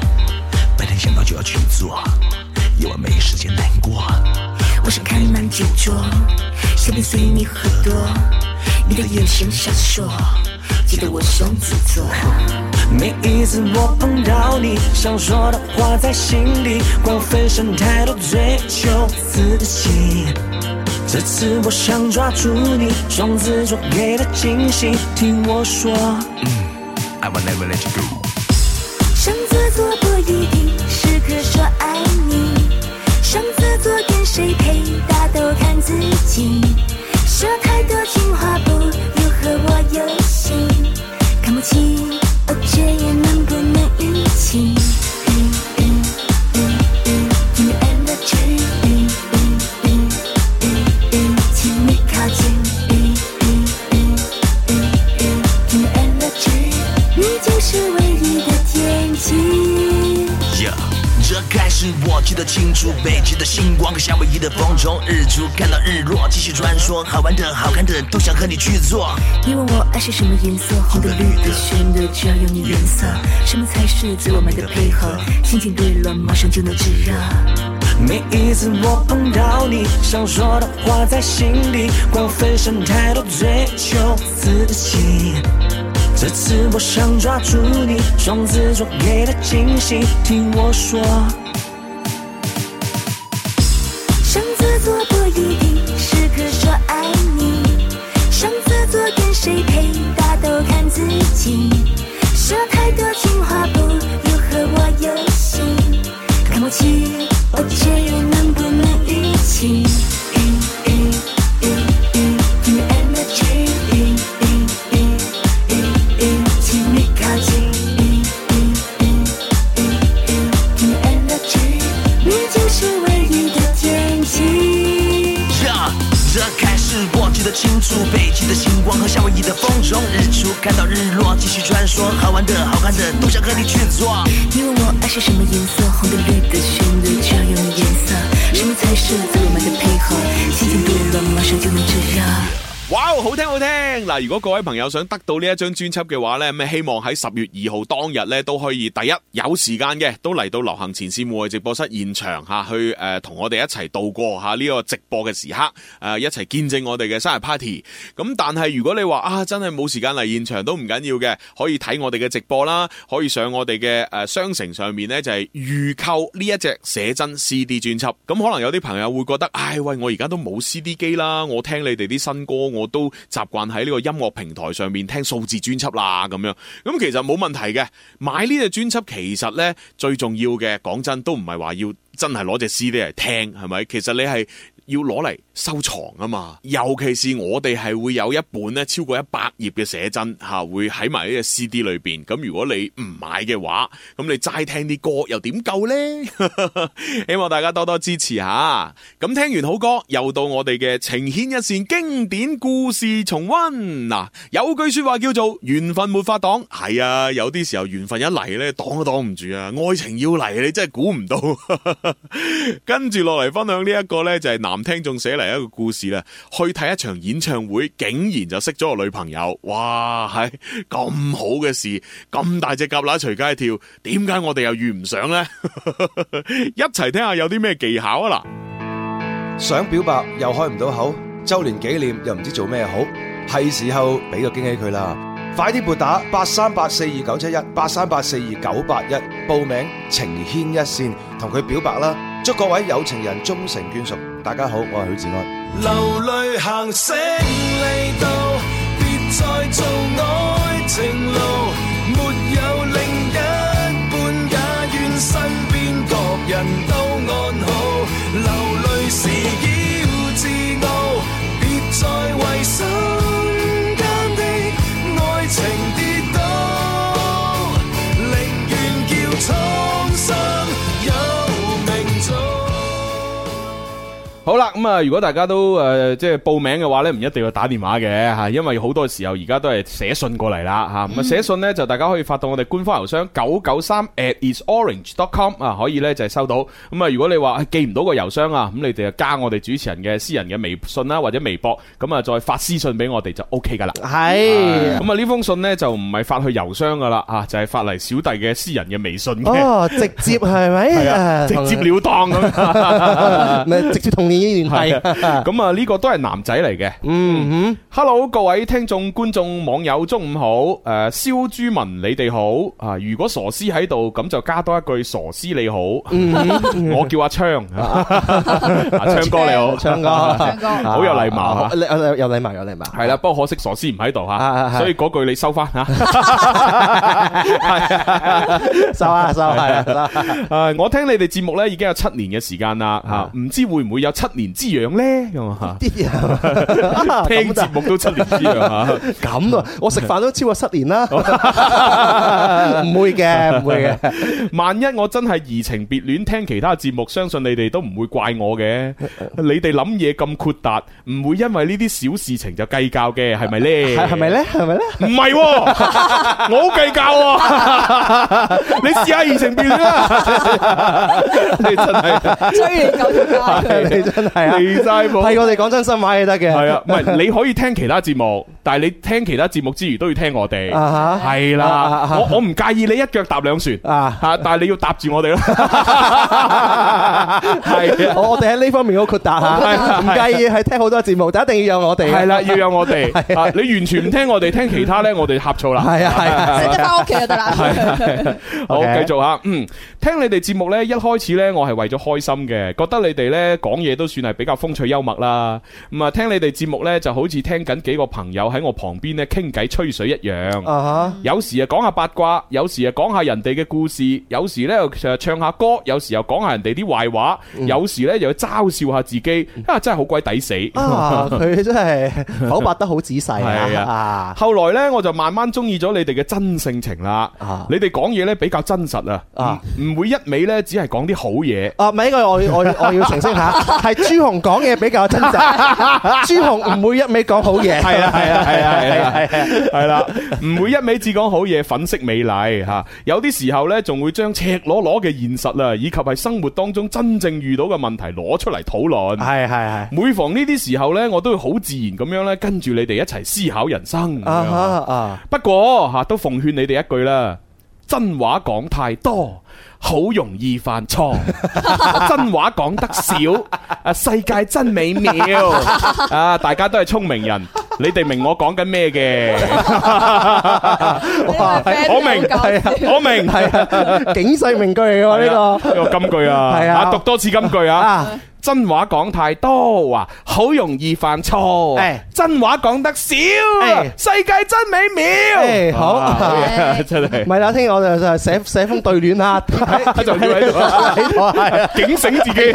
L: 白天想到就要去做，夜晚没时间难过。我想开满酒桌，香槟随你喝多，你的眼神闪烁，记得我双子座。
G: 每一次我碰到你，想说的话在心里，光分身太多追求自己。这次我想抓住你，双子座给的惊喜，听我说。
L: I will never let you go。
E: 双子座不一定时刻说爱你，双子座跟谁配搭都看自己。说太多情话不如和我游戏，看不起哦这样
M: 夏威夷的风，从日出看到日落，继续穿梭，好玩的、好看的，都想和你去做。
E: 你问我爱是什么颜色，红的、绿的、炫的，只要有你颜色，什么才是最完美的配合？心情对了，马上就能炙热。
N: 每一次我碰到你，想说的话在心里，光分身太多，追求自己。这次我想抓住你，双子座给的惊喜，听我说。
O: 双子座不一定时刻说爱你，双子座跟谁配搭都看自己。说太多情话不如和我游戏，看默契，我这样能不能一起？Give me energy，请你靠近。Give me energy，你就是唯一的天气。
M: 呀，热开始过，记得清楚北极的星光和夏威夷的风，从日出看到日落，继续穿梭，好玩的、好看的，都想和你去做。
E: 你问我爱是什么颜色，红的、绿的、炫的，只要有你颜色，什么才是最完美的配合？心情对了，马上就能炙热。
C: 哇，好听好聽！嗱，如果各位朋友想得到呢一張專輯嘅話呢，咁希望喺十月二號當日呢，都可以第一有時間嘅，都嚟到流行前線户外直播室現場吓，去诶同、我哋一齊度過吓呢、個直播嘅時刻，诶、一齊見證我哋嘅生日 party。咁但係如果你話啊真係冇時間嚟現場都唔緊要嘅，可以睇我哋嘅直播啦，可以上我哋嘅诶商城上面呢，就係預購呢一隻寫真 CD 專輯。咁可能有啲朋友會覺得，唉喂，我而家都冇 CD 機啦，我聽你哋啲新歌。我都習慣喺呢個音樂平台上面聽數字專輯啦，咁樣咁其實冇問題嘅。買呢隻專輯其實呢，最重要嘅，講真都唔係話要真係攞隻 CD 嚟聽，係咪？其實你係要攞嚟收藏啊嘛。尤其是我哋係會有一本呢超過一百頁嘅寫真嚇、會喺埋呢隻 CD 裏邊。咁如果你唔買嘅話，咁你齋聽啲歌又點夠呢？ 希望大家多多支持下。咁聽完好歌，又到我哋嘅情牽一線經典故事重温。嗱，有句说話叫做緣分沒法擋，係啊，有啲時候緣分一嚟呢，擋都擋唔住啊。愛情要嚟，你真係估唔到。 跟住落嚟分享呢一個呢，就係男聽眾寫嚟一個故事啦。去睇一場演唱會，竟然就識咗個女朋友。哇，係咁好嘅事，咁大隻蛤乸隨街跳，點解我哋又遇唔上呢？ 一齊聽下有啲咩技巧啊嗱！
P: 想表白又開唔到口，周年紀念又唔知做咩好，係時候俾個驚喜佢啦！快啲撥打八三八四二九七一八三八四二九八一報名情牽一線，同佢表白啦！祝各位有情人終成眷屬。大家好，我係許志安。
G: 流泪行勝利道，別再做愛情路，沒有另一半，也願身邊各人都安好。流淚時要自傲，別再為心間的愛情跌倒，寧願叫蒼生有明早。
I: 好啦，咁啊，如果大家都诶、呃即係報名嘅話呢，唔一定要打電話嘅吓，因為好多時候而家都係寫信過嚟啦吓。咁
C: 嗯
I: 啊，寫信呢，就大家可以發到我哋官方郵箱九九三 at isorange.com 啊，可以呢就係收到。咁啊，如果你話啊寄唔到個郵箱啊，咁你哋就加我哋主持人嘅私人嘅微信啦，或者微博，咁啊再發私信俾我哋就 OK 噶啦。
H: 係
C: 嗯
I: 係咁啊，呢封信呢，就唔係發去郵箱噶啦啊，就係發嚟小弟嘅私人嘅微信嘅。
H: 哦，直接係咪？
I: 係啊 直接了當
H: 哦
I: 咁
H: 咪直接同你聯
I: 系
H: 繫。
I: 咁啊，呢個都係男仔嚟嘅。
H: 嗯
I: Hello，各位聽眾、觀眾、網友，中午好。誒、蕭朱文，你哋好。啊，如果傻師喺度，咁就加多一句傻師你好。
H: 嗯
I: 我叫 阿昌，啊昌哥你好，
H: 唱歌， 啊
I: 好有禮貌嚇。
H: 有有禮貌，有禮 貌。
I: 係啦，不過可惜傻師唔喺度
H: 啊
I: 嚇，
H: 係
I: 所以嗰句你收翻啊 嚇。啊
H: 收啊收啊係啊收啊
I: 誒，我聽你哋節目咧已經有七年嘅時間啦，嚇，唔知會唔會有七
C: 七年之癢咧？咁啊
H: 啊
C: 吓，聽節目都七年之癢啊！
H: 咁啊，我食飯都超過七年 啦。
C: 唔
H: 會嘅唔會嘅。
C: 萬一我真係移情別戀，聽其他節目，相信你哋都唔會怪我 嘅。你哋諗嘢咁豁達，唔會因為呢啲小事情就計較嘅，係咪呢？
H: 係係咪咧？係咪咧？
C: 唔係喎，我好計較 喎。你試下移情別戀啊！你真係
H: 追你
C: 咁
H: 你真係啊，
C: 離曬譜
H: 係我哋講真心話嘢得嘅。
C: 係啊，唔係你可以聽其他節目，但係你聽其他節目之餘都要聽我哋，
H: 啊哈
C: 係
H: 啊啊
C: 啦。
H: 啊
C: 我我唔介意你一腳踏兩船
H: 啊，
C: 嚇但係你要搭住我哋啦。
H: 係我我哋喺呢方面好豁達
C: 係
H: 嚇，
C: 啊
H: 唔介意係聽好多節目，但一定要有我哋。
C: 係啦，要有我哋。
H: 係
C: 啊你完全唔聽我哋，聽其他咧，我哋呷醋啦。
H: 係啊係啊
I: 即係翻屋企就得啦。
C: 係好，繼
H: OK
C: 續吓，嗯，聽你哋節目呢，一開始呢，我係為咗開心嘅，覺得你哋呢講嘢都算係比較風趣幽默啦。咁啊，聽你哋節目呢，就好似聽緊幾個朋友喺我旁邊呢傾偈吹水一樣。
H: 啊
C: 有時啊講下八卦，有時啊講下人哋嘅故事，有時呢又唱下歌，有時又講下人哋啲壞話，有時呢又要嘲笑下自己，啊真係好鬼抵死
H: 啊！佢真係剖白得好仔細
C: 係
H: 啊！
C: 啊，後來呢，我就慢慢中意咗你哋嘅真性情啦。你哋講嘢呢比較真實啊，唔唔會一味呢只係講啲好嘢。
H: 啊，唔係呢個我我我要澄清 下，係朱紅講嘢比較真實，朱紅唔會一味講好嘢。
C: 係啦，係啦，係啦，係啦，係啦， 唔會一味只講好嘢，粉飾美麗吓。有啲時候呢，仲會將赤裸裸嘅現實啊，以及係生活當中真正遇到嘅問題攞出嚟討論。
H: 係係係。
C: 每逢呢啲時候呢，我都會好自然咁樣呢，跟住你哋一齊思考人生。
H: 啊哈啊！
C: 不過吓都奉勸你哋一句啦，真話講太多，好容易犯 錯；真話講得少，啊世界真美 妙。啊，大家都係聰明人，你哋明我講緊咩 嘅？我明，係 啊我明，
H: 係啊，警世名句嚟喎呢個。
C: 呢個金句啊，
H: 係啊
C: 讀多次金句啊。真話講太多啊，好容易犯錯。啊
H: 哎
C: 真話講得少啊，世界真美
H: 誒
C: 妙。
H: 好
C: 啊嘢真係
H: 唔。係啦，聽日我哋就係寫寫封對聯 啦，
C: 就喺度啊
H: 哎喺度啊係啊，
C: 警醒自己。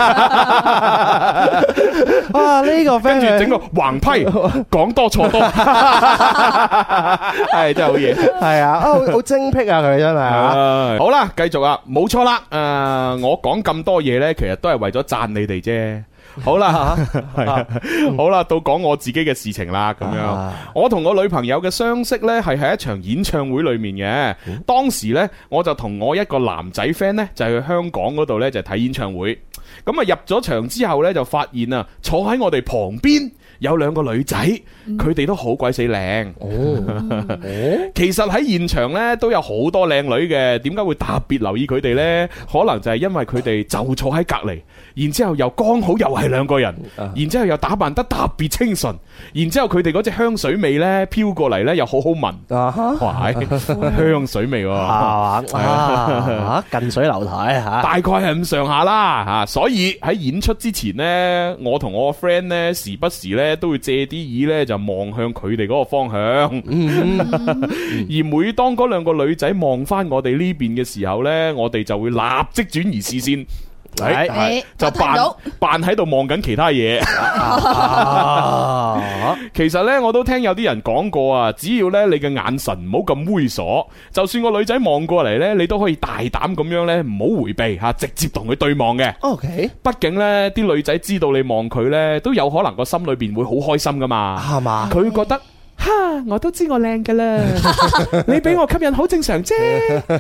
H: 哇！呢個 friend
C: 跟住整個 橫批，講多錯多， 係真係好嘢。
H: 係啊，啊好好精辟啊佢真 係啊。
C: 好啦，繼續啊，冇錯啦。誒，我講咁多嘢呢，其實都係為咗讚你哋啫。好啦， 係啊好啦，到講我自己嘅事情啦，咁樣。我同我女朋友嘅相識呢，係喺一場演唱會裏面嘅。當時呢，我就同我一個男仔 friend 呢，就去香港嗰度呢，就睇演唱會。咁啊入咗場之後呢，就發現啊，坐喺我哋旁邊有兩個女仔，佢哋都好鬼死靚。其實喺現場呢，都有好多靚女嘅，點解會特別留意佢哋呢？可能就係因為佢哋就坐喺隔離，然之後又剛好又係兩個人，然之後又打扮得特別清純，然之後佢哋嗰隻香水味呢，飄過嚟呢，又好好聞，哇！香水味喎，
H: 啊啊近水樓台嚇，
C: 大概係咁上下啦嚇，所以喺演出之前呢，我同我個 friend 呢，時不時呢都會借啲耳呢，就望向佢哋嗰個方向。 而每當嗰兩個女仔望翻我哋呢邊嘅時候呢，我哋就會立即轉移視線。
H: 係
C: 係就
I: 哎我睇
C: 扮
I: 到
C: 扮喺度望緊其他嘢。 其實呢，我都聽有啲人講過啊，只要呢你嘅眼神唔好咁猥瑣，就算個女仔望過嚟呢，你都可以大膽咁樣呢，唔好迴避嚇，直接同佢對望嘅。
H: OK，
C: 畢竟呢啲女仔知道你望佢呢，都有可能個心裏邊會好開心噶嘛。
H: 係嘛？
C: 佢覺得。哈！我都知我靚噶啦， 你俾我吸引好正常啫。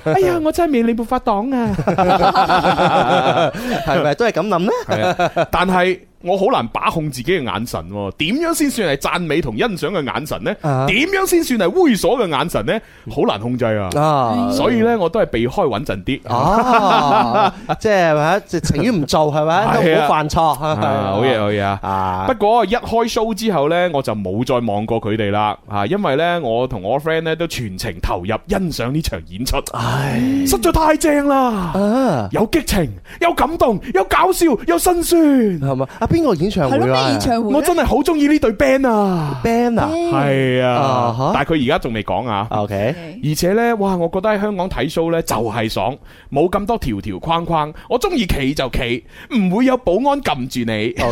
C: 哎呀，我真係未你冇法擋啊！
H: 係咪都係咁諗呢？
C: 係啊，但係我好難把控自己嘅眼神喎，點樣先算係讚美同欣賞嘅眼神呢？
H: 啊
C: 點樣先算係猥瑣嘅眼神呢？好難控制啊！
H: 啊
C: 所以呢，我都係避開穩陣啲。
H: 哦，即係咪？就情願唔做係咪？都唔好犯錯。
C: 啊好嘢好嘢
H: 啊！
C: 不過一開 show 之後呢，我就冇再望過佢哋啦，啊，因為呢，我同我 friend 呢都全程投入欣賞呢場演出，唉，實在
H: 啊
C: 太正啦，有激情，有感動，有搞笑，有辛酸，
H: 係嘛？啊啊邊個演唱會啊？
C: 係咯咩演唱會咧我真係好中意呢對 band 啊
H: ！band 啊，
C: 系
H: 啊
C: 啊
H: 哈，
C: 但系佢而家仲未講啊。
H: OK，
C: 而且呢，哇，我覺得喺香港睇 show 呢就係爽，冇咁多條條框框，我中意企就企，唔會有保安撳住你。
H: 啊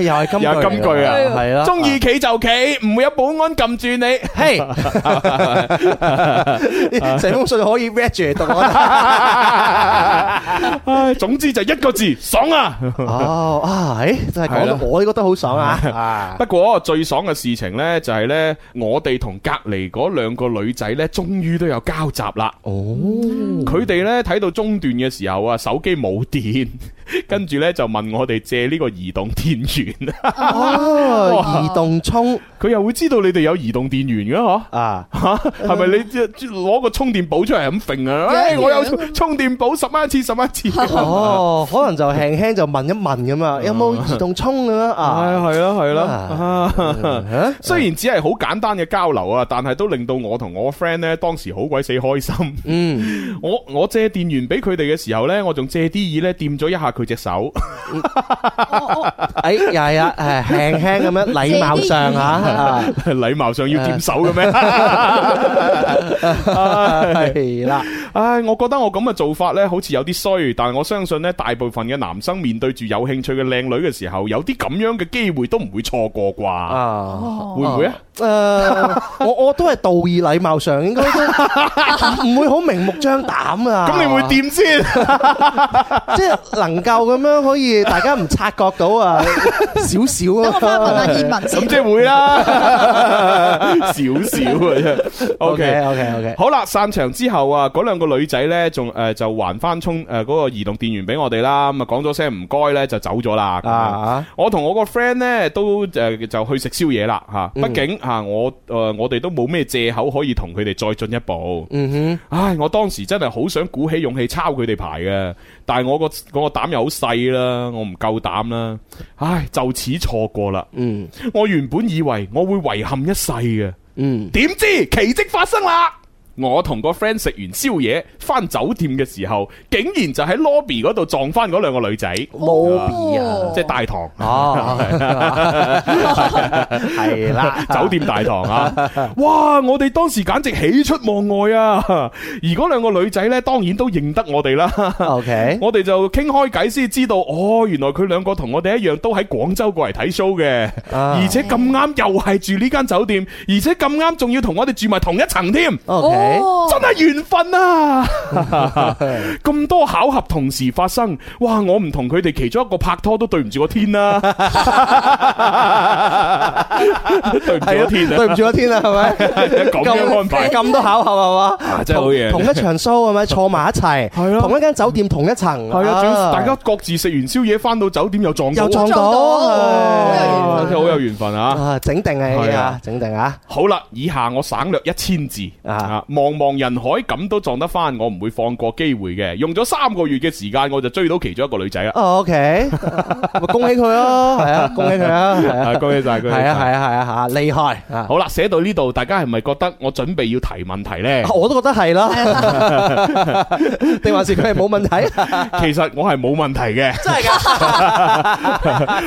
H: 又係金句
C: 又
H: 嚟㗎
C: 係金句啊，
H: 係啦
C: 中意企就企，唔會有保安撳住你。
H: 嘿， 成封信可以 read 住嚟讀我覺 得。
C: 唉，總之就一個字，爽 啊！
H: 哦啊，誒真係講
C: 係
H: 到
C: 啦
H: 我都覺得好爽啊！啊
C: 不過最爽嘅事情呢，就係呢，我哋同隔離嗰兩個女仔呢，終於都有交集啦。哦，佢哋呢，睇到中段嘅時候啊，手機冇 電，跟住呢，就問我哋借呢個移動電源。
H: 哦，移動充
C: 佢又會知道你哋有移動電源嘅嗬？
H: 啊，
C: 吓係咪 你即係攞個充電寶出嚟咁揈啊？
H: 樣
C: 唉，我有充電寶十蚊一次，十蚊一次。
H: 哦，可能就輕輕就問一問咁啊，有冇移動充咁樣啊？
C: 係係咯係咯
H: 啊，
C: 雖然只係好簡單嘅交流啊，但係都令到我同我 friend 咧當時好鬼死開心。
H: 嗯，
C: 我我借電源俾佢哋嘅時候呢，我仲借啲意呢掂咗一下佢隻手。
H: 誒又係啊，誒輕輕咁樣禮貌上嚇啊，
C: 禮貌上要掂手嘅咩？
H: 係啦，
C: 唉，我覺得我咁嘅做法呢，好似有啲衰，但係我相信呢，大部分嘅男生面對住有興趣嘅靚女嘅時候，有啲咁樣嘅機會都唔會錯過啩？
H: 啊，
C: 會唔會啊？
H: 誒，呃我 我都係道義禮貌上應該 都唔會好明目張膽啊。
C: 咁你會掂先？
H: 即係能夠咁樣可以大家唔察覺到 啊，少少啊。等我翻問下葉文
C: 咁即係會啦， 少少啊真
H: OK，OK，OK
C: 好啦，散場之後啊，嗰兩個女仔呢，仲誒就還翻充誒嗰個移動電源俾我哋啦，咁啊講咗聲唔該呢，就走咗啦。
H: 啊
C: 咁樣我同我個 friend 呢，都誒就去食宵夜啦嚇，
H: 嗯
C: 畢竟嚇我誒呃我哋都冇咩藉口可以同佢哋再進一步。
H: 嗯
C: 唉，我當時真係好想鼓起勇氣抄佢哋牌嘅，但係我個我個膽又好細啦，我唔夠膽啦。唉，就此錯過啦。
H: 嗯，
C: 我原本以為我會遺憾一世嘅，
H: 嗯，
C: 點知奇蹟發生啦！我同個 friend 食完宵夜翻酒店嘅時候，竟然就喺 lobby 嗰度撞翻嗰兩個女仔。
I: 哦
H: lobby 啊
C: 即係大堂。
H: 哦係啦
C: 酒店大堂啊！哇，我哋當時簡直喜出望外啊！而嗰兩個女仔呢，當然都認得我哋啦。
H: OK，
C: 我哋就傾開偈先知道，哦，原來佢兩個同我哋一樣都喺廣州過嚟睇 show 嘅，
H: 啊
C: 而且咁啱又係住呢間酒店，而且咁啱仲要同我哋住埋同一層添。
H: OK
C: 哦真係緣分啊！咁多巧合同時發生，哇！我唔同佢哋其中一個拍拖都對唔住個天啊 啦、對唔住個天啊，
H: 對唔住個天啊，係咪？
C: 咁樣安排
H: 咁多巧合係嘛？
C: 啊真係好嘢
H: 同同一場 show 係咪坐埋一齊？係同一間酒店同一層。
C: 係啊，仲大家各自食完宵夜翻到酒店又撞到，
H: 又撞到
C: 哇真係好有緣分啊！
H: 啊，整定你
C: 係
H: 啊
C: 啊，
H: 整定啊。
C: 好啦，以下我省略一千字啊！茫茫人海咁都撞得翻，我唔會放過機會嘅。用咗三個月嘅時間，我就追到其中一個女仔啦。
H: 哦，OK，咪恭喜佢咯，係啊，恭喜佢啊，係啊
C: 啊恭喜晒恭喜晒
H: 係啊，係啊，係啊，嚇，厲害啊！
C: 好啦，寫到呢度，大家係咪覺得我準備要提問題 呢？
H: 我都覺得係啦，定還是佢係冇問題？
C: 其實我係冇問題嘅，
H: 真係
C: 㗎，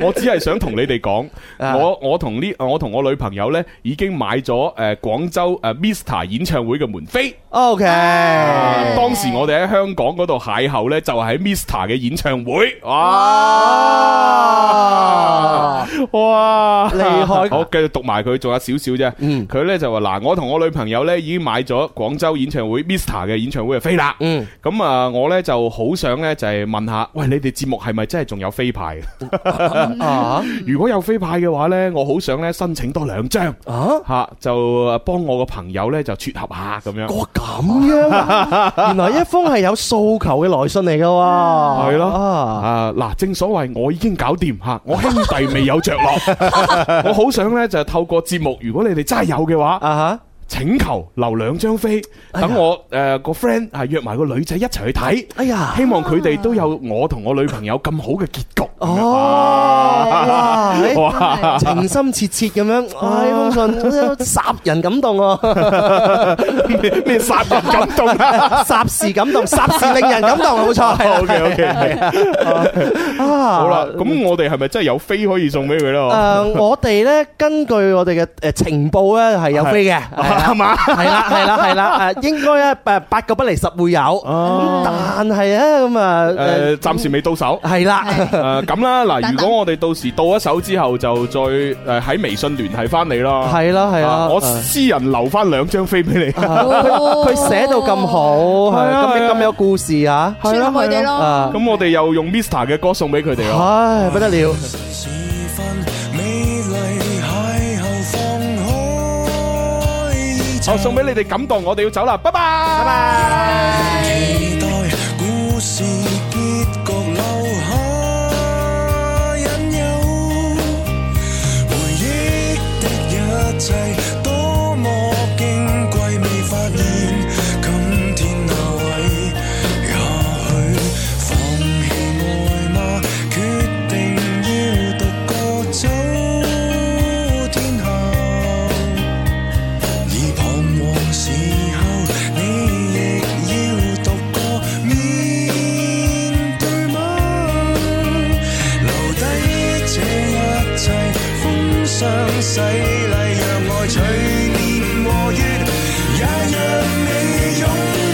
C: 我只係想同你哋講，我我同呢我同我女朋友呢已經買咗誒廣州誒 Mr 演唱會嘅門飛。
H: OK，
C: 當時我哋喺香港嗰度邂逅呢，就係喺 Mr 嘅演唱會，
H: À.
C: 哇！哇！
H: 厲害
C: 好，
H: 嗯
C: 繼續讀埋佢，仲有少少啫。佢呢就話嗱，我同我女朋友呢已經買咗廣州演唱會 Mr 嘅演唱會嘅飛啦。
H: 嗯，
C: 咁啊，我呢就好想呢，就係問下，喂，你哋節目係咪真係仲有飛派？
H: Ờ. 嗯
C: 如果有飛派嘅話呢，我好想呢申請多兩張，
H: Ờ.
C: 吓就啊幫我個朋友呢就撮合下咁樣。
H: 咁樣啊，原來一封係有訴求嘅來信嚟嘅
C: 系
H: 喎，
C: 咯，
H: Ờ.
C: 啊嗱，正所謂我已經搞掂吓，我兄弟未有着 落，我好想呢，就透過節目，如果你哋真係有嘅話，
H: 啊
C: 請求留兩張飛，等我誒個 friend 係約埋個女仔一齊去睇。
H: 哎呀
C: 希望佢哋都有我同我女朋友咁好嘅結局。
H: 哦，哇，哎
C: 哇
H: 情深切切咁樣，唉，封信殺人感動啊！
C: 咩殺人感動
H: 啊？霎時感動，霎時令人感動，冇錯。 係啦啊
C: OK OK，好啦，咁我哋係咪真係有飛可以送俾佢咧？
H: 誒，我哋咧根據我哋嘅誒情報咧係有飛嘅，係啊嘛？係啦，係啦，係啦，誒應該咧誒八九不離十會有，咁但係咧咁啊
C: 誒，呃暫時未到 手。
H: 係啦，
C: 誒咁啦，嗱，如果我哋到時到咗手之後，就再誒喺微信聯繫翻你啦。
H: 係啦係啦啊
C: 我
H: 誒
C: 私人留翻兩張飛俾你。
H: 佢佢寫到咁好，係
C: 啊
H: 咁咁有故事啊！
C: 係啦
H: 佢哋咯啊
C: 咁我哋又用 Mr 嘅歌送俾佢哋咯。
H: 唉，不得了！
C: 我送俾你哋感動，我哋要走啦，拜拜。
G: 期待故事結局留下引誘，回憶的一切多麼矜貴，未發現今天那位，也許放棄愛嗎？決定要獨個走天下。已彷徨時候，你亦要獨個面對嗎？留低這一切風霜洗禮，讓愛隨年和月，也讓你擁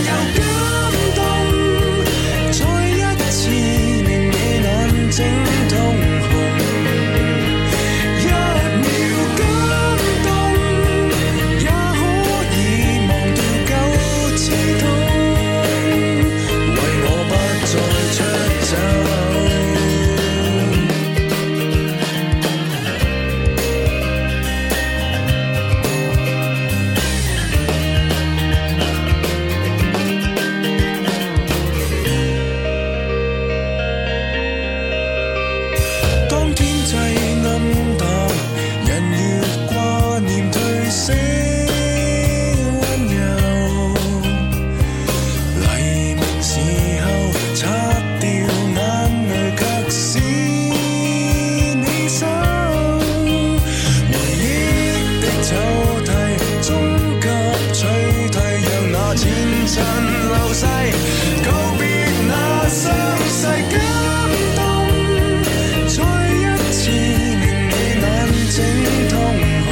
G: 有感動。再一次令你眼睛通紅，一秒感動。也可以忘掉舊刺痛，為我不再出走。當天際暗淡，人越掛念褪色溫柔。黎明時候擦掉眼淚，卻是你手。回憶的抽屜，終給取替，讓那前塵流逝，告別那傷勢感動。再一次令你眼睛通紅，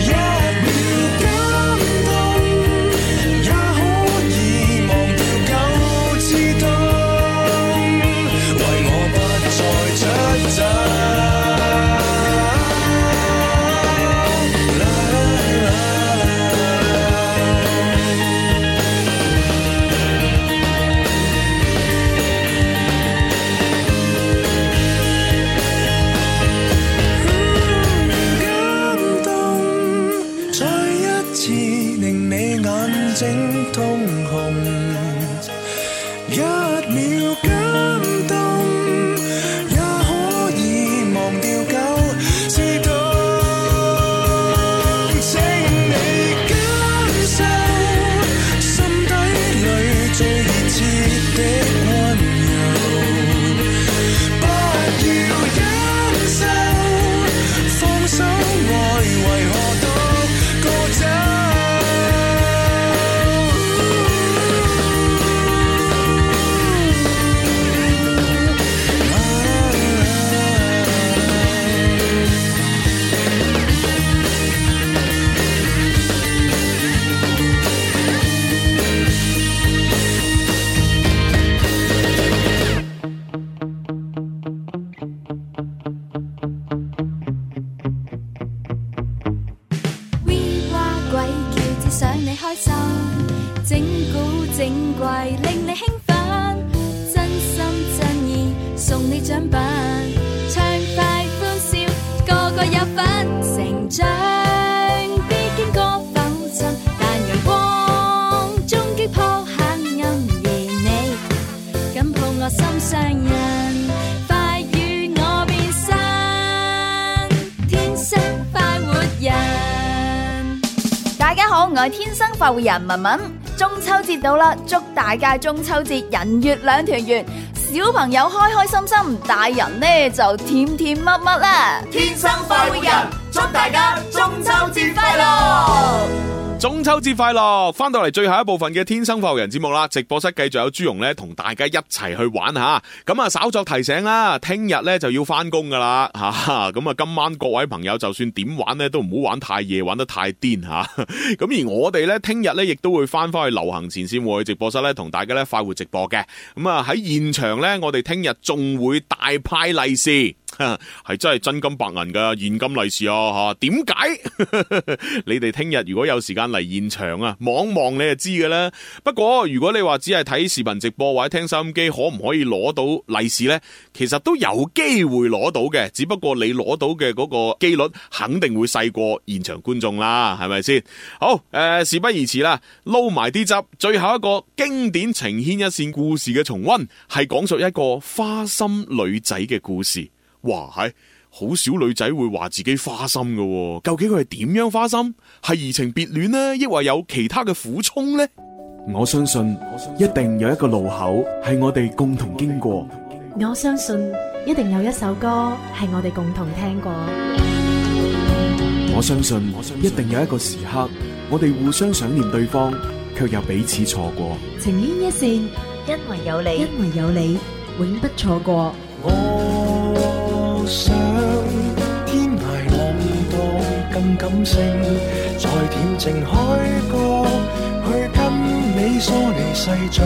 G: 一秒感動，也可以忘掉舊刺痛，為我不再出走。感動，再一次令你眼睛通紅，一秒感動，也可以忘掉舊刺痛。請你感受心底裏最熱切的溫柔。不要忍受，放手愛為何獨個走？
E: We 瓜鬼叫，只想你開心，整蠱整怪令你興奮，真心真意送你獎品，暢快歡笑個個有份，成長必經過浮沉，但陽光終擊破黑暗，而你。緊抱我心上人，快與我變身，天生快活人。
A: 大家好，我係天生快活人文文。中秋節到啦，祝大家中秋節人月兩團圓，事
Q: 小朋友開開心心，大人呢就甜甜蜜蜜啦。天生快活人，祝大家中秋節快樂！
P: 中秋節快樂！翻到嚟最後一部分嘅《天生浮人》節目啦，直播室繼續有朱容咧同大家一齊去玩下。咁啊，稍作提醒啦，聽日咧就要翻工噶啦 吓。哈咁啊，今晚各位朋友就算點玩咧，都唔好玩太夜，玩得太癲吓。 咁而我哋咧，聽日咧亦都會翻翻去流行前線會直播室咧，同大家咧快活直播嘅。咁啊喺現場咧，我哋聽日仲會大派利是。 系真系真金白銀噶現金利是啊吓，點解？ 你哋聽日如果有時間嚟現場啊，望望你就知嘅啦。不過如果你話只係睇視頻直播或者聽收音機，可唔可以攞到利是呢？其實都有機會攞到嘅，只不過你攞到嘅嗰個機率肯定會細過現場觀眾啦，係咪先？好，誒、事不宜遲啦，撈埋啲汁，最後一個經典情牽一線故事嘅重温，係講述一個花心女仔嘅故事。哇，係好少女仔會話自己花心嘅喎，究竟佢係點樣花心？係移情別戀呢？抑或有其他嘅苦衷呢？
D: 我相信一定有一個路口係我哋共同經過，
R: 我相信一定有一首歌係我哋共同聽過。
D: 我相信一定有一個時刻，我哋互相想念對方，卻又彼此錯過。
R: 情牽一線，因為有你，因為有你，永不錯過。
G: 我想天涯浪蕩更感性，在恬靜海角去跟你梳理世俗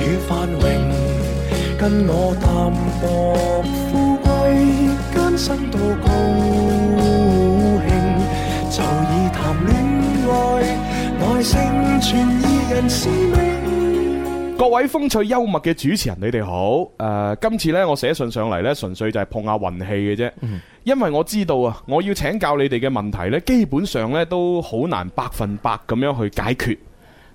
G: 與繁榮，跟我淡薄富貴艱辛到高興，就以談戀愛耐性全二人使命。
C: 各位風趣幽默嘅主持人，你哋好。誒、今次呢，我寫信上嚟呢，純粹就係碰下運氣嘅啫。
H: 嗯
C: 因為我知道啊，我要請教你哋嘅問題呢，基本上呢都好難百分百咁樣去解決。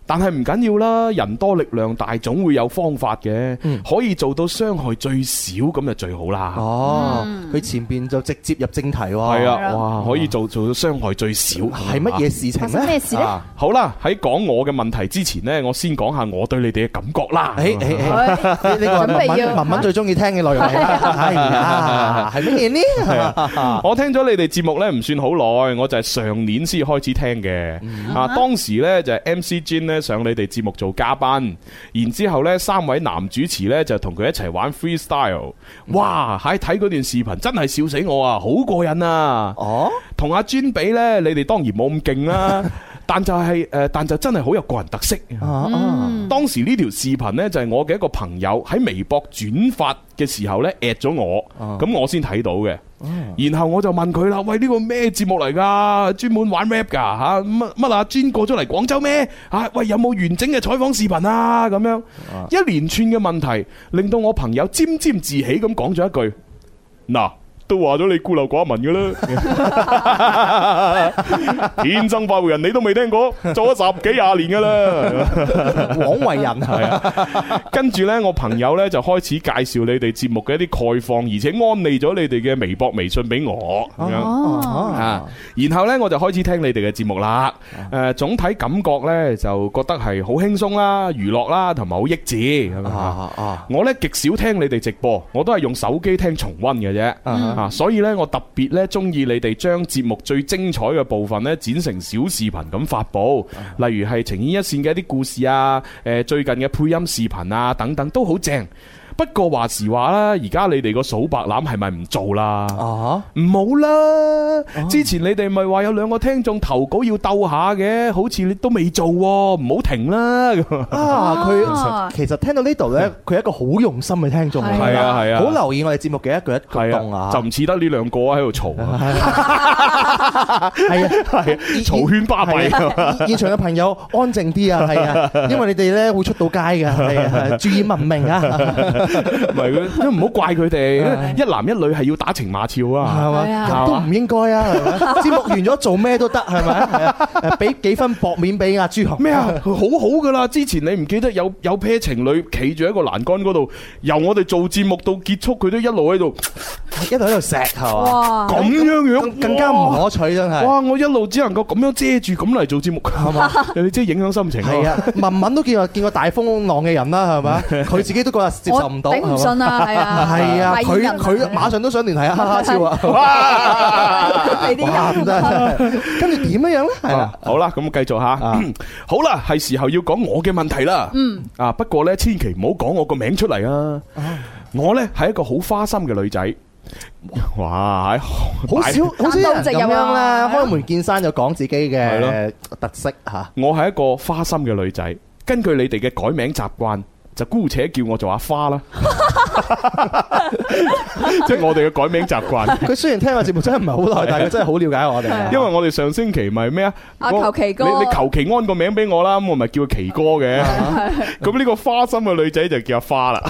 C: 但係唔緊要啦，人多力量大，總會有方法嘅，可以做到傷害最少咁就最好啦。
H: 嗯哦，佢前邊就直接入正題喎。
C: 係啊，哇，可以做做到傷害最少。係
H: 哦乜嘢事情呢啊發生咩事呢
C: 好啦，喺講我嘅問題之前呢，我先講下我對你哋嘅感覺啦。
H: 誒誒
C: 嗯
H: 誒，呢個係文文文文最中意聽嘅內容嚟 啦。係啊，係乜嘢
C: 係
H: 呢？
C: 啊，我聽咗你哋節目呢，唔算好耐，我就係上年先開始聽嘅。啊，當時呢，就係 MC Jin 咧上你哋節目做嘉賓，然之後咧三位男主持呢，就同佢一齊玩 freestyle。哇！喺睇嗰段視頻真係笑死我啊，好過癮啊！哦，同阿 Jin 比呢，你哋當然冇咁勁啦。但就係、誒，但就真係好有個人特色。啊
H: 嗯
C: 當時呢條視頻呢，就係我嘅一個朋友喺微博轉發嘅時候呢 at 咗我，咁我先睇到嘅。然後我就問佢啦：，喂，呢個咩節目嚟㗎？專門玩 rap 㗎嚇？乜乜啊？專過咗嚟廣州咩？嚇、喂，有冇完整嘅採訪視頻啊？咁樣一連串嘅問題，令到我朋友沾沾自喜咁講咗一句：，嗱，都話咗你孤陋寡聞㗎啦。 天生快活人你都未聽過，做咗十幾廿年噶啦，
H: 枉為人
C: 係啊。跟住呢，我朋友呢就開始介紹你哋節目嘅一啲概況，而且安利咗你哋嘅微博、微信俾我咁樣
H: 哦
C: 啊。然後呢，我就開始聽你哋嘅節目啦。誒，總體感覺呢，就覺得係好輕鬆啦、娛樂啦，同埋好益智咁啊。我呢極少聽你哋直播，我都係用手機聽重温嘅啫。
H: 嗯
C: 啊，所以呢，我特別呢中意你哋將節目最精彩嘅部分呢剪成小視頻咁發布，例如係情牽一線嘅一啲故事啊，誒最近嘅配音視頻啊等等都好正。不過話時話啦，而家你哋個數白欖係咪唔做啦？
H: 哦
C: 唔好啦！之前你哋咪話有兩個聽眾投稿要鬥下嘅，好似你都未做喎，唔好停啦！
H: 啊！佢其實聽到呢度呢，佢係一個好用心嘅聽眾嚟㗎，
C: 嗯係啊係啊
H: 好留意我哋節目嘅一舉一舉動啊，
C: 就 唔似得呢兩個喺度嘈啊！係
H: 係啊
C: 啊嘈圈巴閉啊
H: 係啊現場嘅朋友安靜啲啊，係啊，因為你哋呢會出到街㗎，係啊，注意文明啊，
C: 唔係佢，都唔好怪佢哋，一男一女係要打情罵俏
H: 係
C: 啊，
H: 嘛，都唔應該啊，係咪節目完咗做咩都得係咪？係啊誒俾幾分薄面俾阿朱紅
C: 咩啊？好好噶啦！之前你唔記得有有 pair 情侶企住喺個欄杆嗰度，由我哋做節目到結束，佢都一路喺度
H: 一路喺度錫係嘛
C: 哇？咁樣樣
H: 啊更加唔可取真係。
C: 哇！我一路只能夠咁樣遮住咁嚟做節目，係
H: 嘛？
C: 你真係影響心情。
H: 係啊，文文都見過見過大風浪嘅人啦，係咪？佢自己都覺得接受唔到，
I: 我頂唔順啊係 啊
H: 係
C: à,
H: 啊，
I: 為
H: 佢
I: 人
H: 佢馬上都想聯繫啊，哈哈笑啊，
I: 你啲
H: 哇唔得，真係跟住點樣樣咧？係啦，
C: 啊好啦，咁繼續吓。 好啦，係時候要講我嘅問題啦。
H: 嗯。
C: 啊，不過呢，千祈唔好講我個名出嚟啊！我呢係一個好花心嘅女仔。哇！好
H: 好少好少人咁樣咧，開門見山就講自己
C: 係咯
H: 嘅特色嚇。
C: 我係一個花心嘅女仔，根據你哋嘅改名習慣，就姑且叫我做阿花啦。 即係我哋嘅改名習 慣。
H: 佢雖然聽我節目真係唔係好耐，但係佢真係好了解我哋啊。
C: 因為我哋上星期咪咩啊？
H: 啊
C: 我
H: 求其哥
C: 你你求其安個名俾我啦，咁我咪叫佢奇哥 嘅。咁呢個花心嘅女仔就叫阿花啦。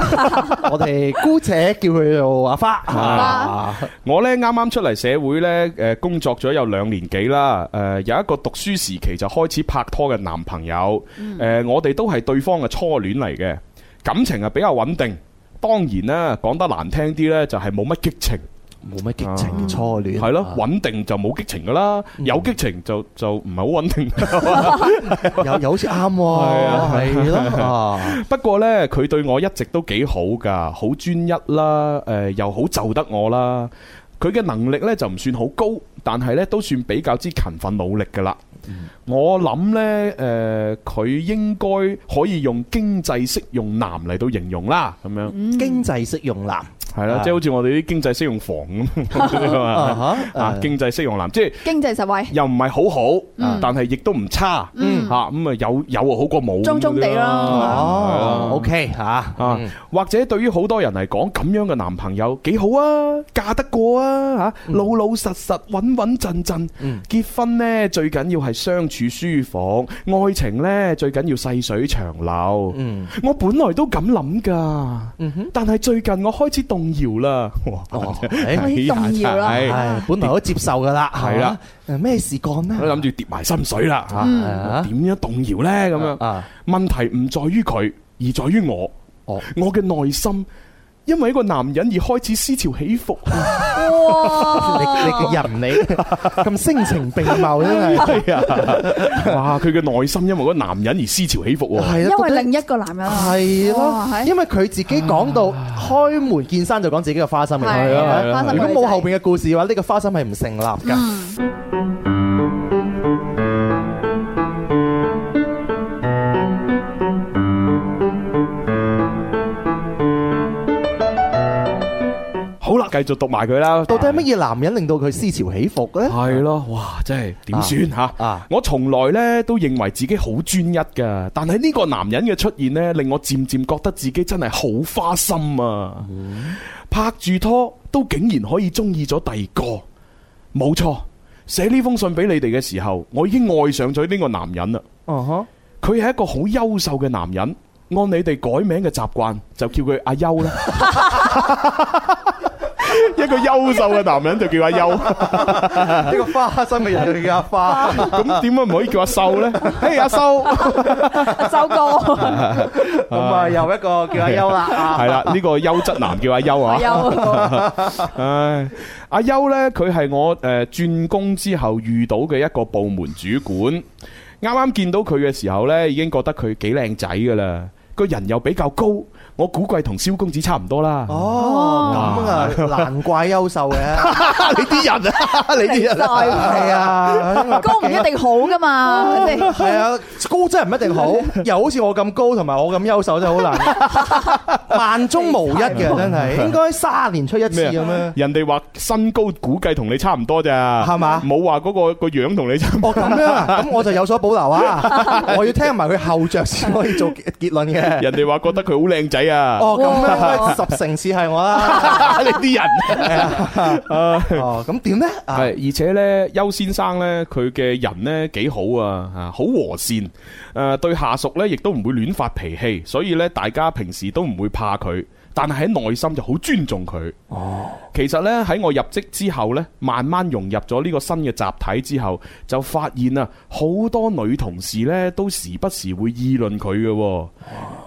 H: 我哋姑且叫佢做阿花。
C: 啊 我呢啱啱出嚟社會呢，誒工作咗有兩年幾啦，誒有一個讀書時期就開始拍拖嘅男朋友，誒我哋都係對方嘅初戀嚟嘅，感情啊比較穩定。當然啦，講得難聽啲呢，就係冇乜激情。
H: 冇乜激情嘅初戀，
C: 係咯，穩定就冇激情噶啦，有激情就就唔係好穩定。
H: 又又好似啱
C: 係啊，
H: 喎，係咯。啊。
C: 不過呢，佢對我一直都幾好噶，好專一啦，誒、又好就得我啦。佢嘅能力呢就唔算好高，但係呢都算比較之勤奮努力噶啦。
I: 嗯
C: 我諗呢，誒、佢應該可以用經濟適用男嚟到形容啦，咁樣。
I: 嗯
H: 經濟適用男
C: 係
I: 啊
C: 啦，即係好似我哋啲經濟適用房 咁
H: 啊哈
C: 啊，經濟適用男，即係
I: 經濟實惠，
C: 又唔係好好，
I: 嗯
C: 但係亦都唔差，嚇
I: 嗯
C: 咁啊有有啊好過冇，
I: 中中地咯
C: 哦
H: ，OK 嚇
C: 啊，或者對於好多人嚟講，咁樣嘅男朋友幾好啊，嫁得過啊嚇，老老實實穩穩陣陣，結婚呢，最緊要係相處舒服，愛情呢，最緊要細水長流。
H: 嗯
C: 我本來都咁諗㗎，但係最近我開始動搖啦。哇
H: 誒
C: 哎呀
H: 係本來都接受噶啦，
C: 係啦
H: 係嘛，誒咩事幹
C: 我
H: 呢？
C: 諗住跌埋心水啦，吓、
H: 嗯
C: 點樣動搖呢？咁樣、
H: 啊
C: 問題唔在於佢，而在於我。
H: 哦
C: 我嘅內心因為一個男人而開始思潮起 伏。
H: 你你嘅人你咁聲情並茂真哦 係，
C: 係啊！哇，佢嘅內心因為嗰個男人而思潮起伏喎。
H: 係
I: 因為另一個男人啊
H: 係咯
I: 哇係，
H: 因為佢自己講到開門見山就講自己嘅花心嚟，
C: 係啊
H: 係咪
C: 係啊花心
H: 如
C: 女
H: 果冇後邊嘅故事嘅話，呢個花心係唔成立㗎。
C: 好啦，繼續讀埋佢啦。
H: 到底係乜嘢男人令到佢思潮起伏咧？
C: 係咯，哇！真係
H: 啊
C: 點算吓？我從來呢都認為自己好專一噶，但係呢個男人嘅出現呢，令我漸漸覺得自己真係好花心啊！拍住拖都竟然可以中意咗第二個，冇錯。寫呢封信俾你哋嘅時候，我已經愛上咗呢個男人啦。 佢係一個好優秀嘅男人，按你哋改名嘅習慣，就叫佢阿優啦。 一個優秀嘅男人就叫阿優，
H: 一個花心嘅人就叫阿 花。
C: 咁點解唔可以叫阿秀呢？嘿，阿秀，
I: 周 哥，
H: 咁啊，又一個叫阿優啦。啊
C: 係 啦，呢個優質男叫阿優啊。唉，阿優呢，佢係我誒轉工之後遇到嘅一個部門主管。啱啱見到佢嘅時候呢，已經覺得佢幾靚仔噶啦，個人又比較高，我估計同蕭公子差唔多啦。
H: 哦，咁啊，難怪優秀嘅。你啲人啊， 你啲人啊，係啊，
I: 高唔一定好噶嘛， 係咪
H: 係啊，高真係唔一定好，又好似我咁高同埋我咁優秀真係好難，萬中無一嘅真係，應該三年出一次
C: 咩
H: 咁樣
C: 啊。？人哋話身高估計同你差唔多咋，
H: 係嘛？
C: 冇話嗰個個樣同你差唔
H: 哦，咁樣啊，咁我就有所保留啊， 我要聽埋佢後着先可以做結結論 嘅。
C: 人哋話覺得佢好靚仔啊。
H: 哦，咁樣喂十成次係我 啦，
C: 你啲啊人
H: 哦，咁點咧？
C: 係，而且呢，邱先生呢，佢嘅人呢幾好啊，吓好和善，誒、對下屬呢亦都唔會亂發脾氣，所以呢，大家平時都唔會怕佢，但係喺內心就好尊重佢。哦，其實呢，喺我入職之後呢，慢慢融入咗呢個新嘅集體之後，就發現啊，好多女同事呢都時不時會議論佢嘅喎。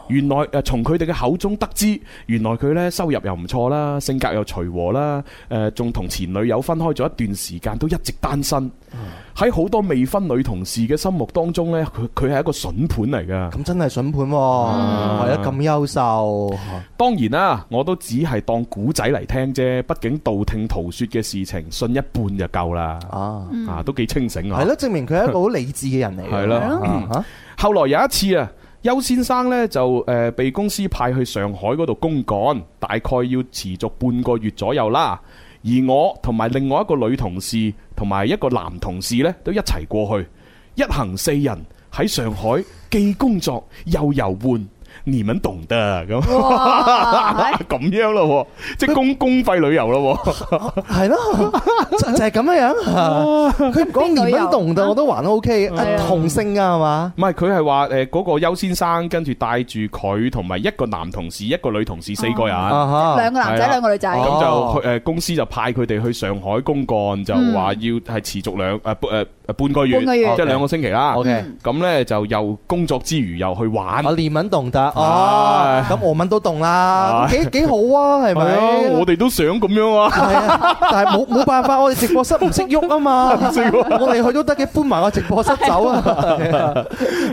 C: 原來誒從佢哋嘅口中得知，原來佢呢收入又唔錯啦，性格又隨和啦，誒仲同前女友分開咗一段時間，都一直單身。喺好多未婚女同事嘅心目當中呢，佢佢係一個筍盤嚟㗎。
H: 咁真係筍盤喎，
C: 嗯
H: 係啊，咁優秀。
C: 當然啦，我都只係當古仔嚟聽啫，畢竟道聽途說嘅事情信一半就夠啦。
H: 啊
J: 嗯
C: 啊，都幾清醒啊。
H: 係咯，證明佢係一個好理智嘅人嚟嘅。
C: 係啦
H: 啊
C: 嗯後來有一次啊，邱先生呢就誒被公司派去上海嗰度公幹，大概要持續半個月左右啦。而我同埋另外一個女同事同埋一個男同事呢，都一齊過去，一行四人喺上海既工作又遊玩。你們懂得啊咁，
H: 啊哇
C: 咁樣咯喎，即係公公費旅遊咯喎。
H: 係咯，就就係咁樣 樣。佢唔講年蚊動嘅我都還 OK 嘅，啊同性啊係嘛？
C: 唔係，佢係話誒嗰個邱先生跟住帶住佢同埋一個男同事、一個女同事四個人，
H: 哦
I: 哈兩個男仔
C: 係啦
I: 兩個女仔
C: 咁
I: 哦
C: 就去誒呃公司就派佢哋去上海公幹，就話要係持續兩誒呃半誒半個月，
H: 嗯半個月哦
C: 即係兩個星期啦。
H: OK
C: 咁咧就又工作之餘又去玩。
H: 我年蚊動得哦，咁俄文都動啦，
C: 係
H: 幾幾好啊，係
C: 係啊，
H: 咪？
C: 我哋都想咁樣啊。
H: 係啊，但係冇冇辦法，我哋直播室唔識喐啊 嘛，
C: 唔識喎
H: 我哋去都得嘅，搬埋個直播室 走啊！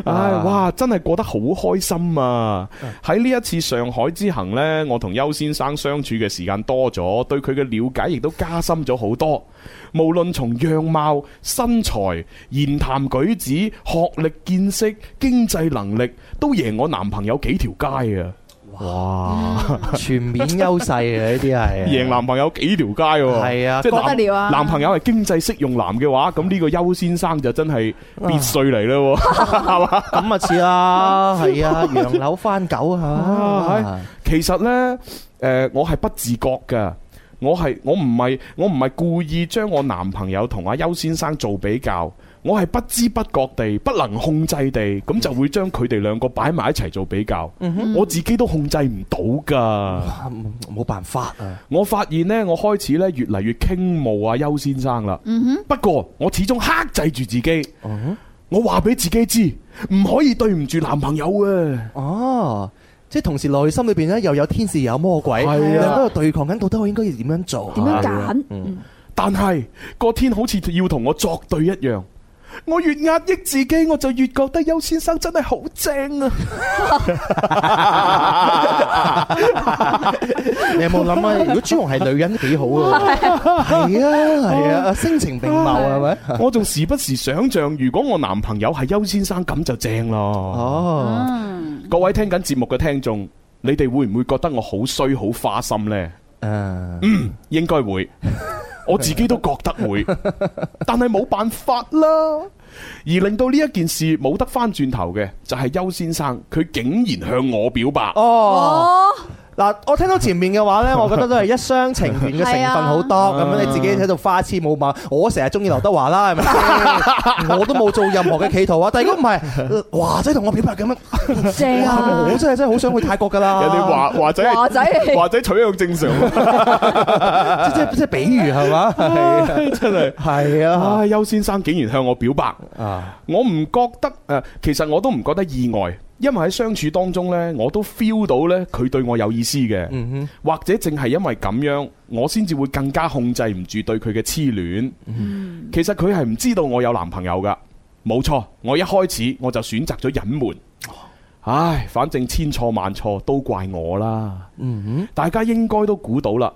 C: 唉，哇，真係過得好開心啊！喺呢一次上海之行呢，我同邱先生相處嘅時間多咗，對佢嘅了解亦都加深咗好多。無論從樣貌、身材、言談舉止、學歷、見識、經濟能力，都贏我男朋友幾條街啊！哇！
H: 全面優勢啊，呢啲係
C: 贏男朋友幾條街喎，
H: 係啊
C: 即係
H: 不
C: 男
H: 得了啊
C: 男朋友係經濟適用男嘅話，咁呢個邱先生就真係別墅嚟咯喎，係嘛？
H: 咁啊似啦，係啊，洋樓翻狗
C: 啊
H: 啊，
C: 其實呢，誒、我係不自覺噶。我係我唔係我唔係故意將我男朋友同阿邱先生做比較，我係不知不覺地、不能控制地，咁就會將佢哋兩個擺埋一齊做比較。
H: 嗯哼
C: 我自己都控制唔到㗎，
H: 冇辦法啊！
C: 我發現呢，我開始呢越嚟越傾慕阿邱先生啦。
H: 嗯哦
C: 不過我始終克制住自己，我話俾自己知，唔可以對唔住男朋友啊！
H: 哦。即係同時內心裏邊咧又有天使又有魔鬼，
C: 係啊
H: 兩個喺度對抗緊，到底我應該要點 樣做？
C: 點樣揀
H: 嗯
C: 但係個天好似要同我作對一樣。我越壓抑自己，我就越覺得邱先生真係好正啊！
H: 你有冇諗啊？如果朱紅係女人都幾好 啊！係啊係啊，聲情並茂啊，係咪？
C: 我仲時不時想象，如果我男朋友係邱先生咁就正咯。
H: 哦，
C: 各位聽緊節目嘅聽眾，你哋會唔會覺得我好衰好花心呢？
H: 哦
C: 嗯，應該會，我自己都覺得會，但係冇辦法啦。而令到呢一件事冇得翻轉頭嘅，就係邱先生，佢竟然向我表白。
H: 哦，嗱，我聽到前面嘅話呢，我覺得都係一廂情願嘅成分好多，
C: 係啊
H: 咁樣你自己喺度花痴冇馬，我成日中意劉德華啦，係咪 先？我都冇做任何嘅企圖啊！但係如果唔係，華仔同我表白咁樣，
I: 正啊
H: 我真係真係好想去泰國 㗎啦！
C: 人哋華華仔係
I: 華 仔
C: 華仔取向正常，
H: 即即即係比喻係 嘛？係
C: 真係
H: 係啊！
C: 啊，邱先生竟然向我表白
H: 啊！
C: 我唔覺得誒、呃其實我都唔覺得意外，因為喺相處當中呢，我都 feel 到呢，佢對我有意思嘅，
H: 嗯
C: 或者正係因為咁樣，我先至會更加控制唔住對佢嘅痴戀。其實佢係唔知道我有男朋友噶，冇錯，我一開始我就選擇咗隱瞞。唉，反正千錯萬錯都怪我啦。
H: 嗯
C: 大家應該都估到啦。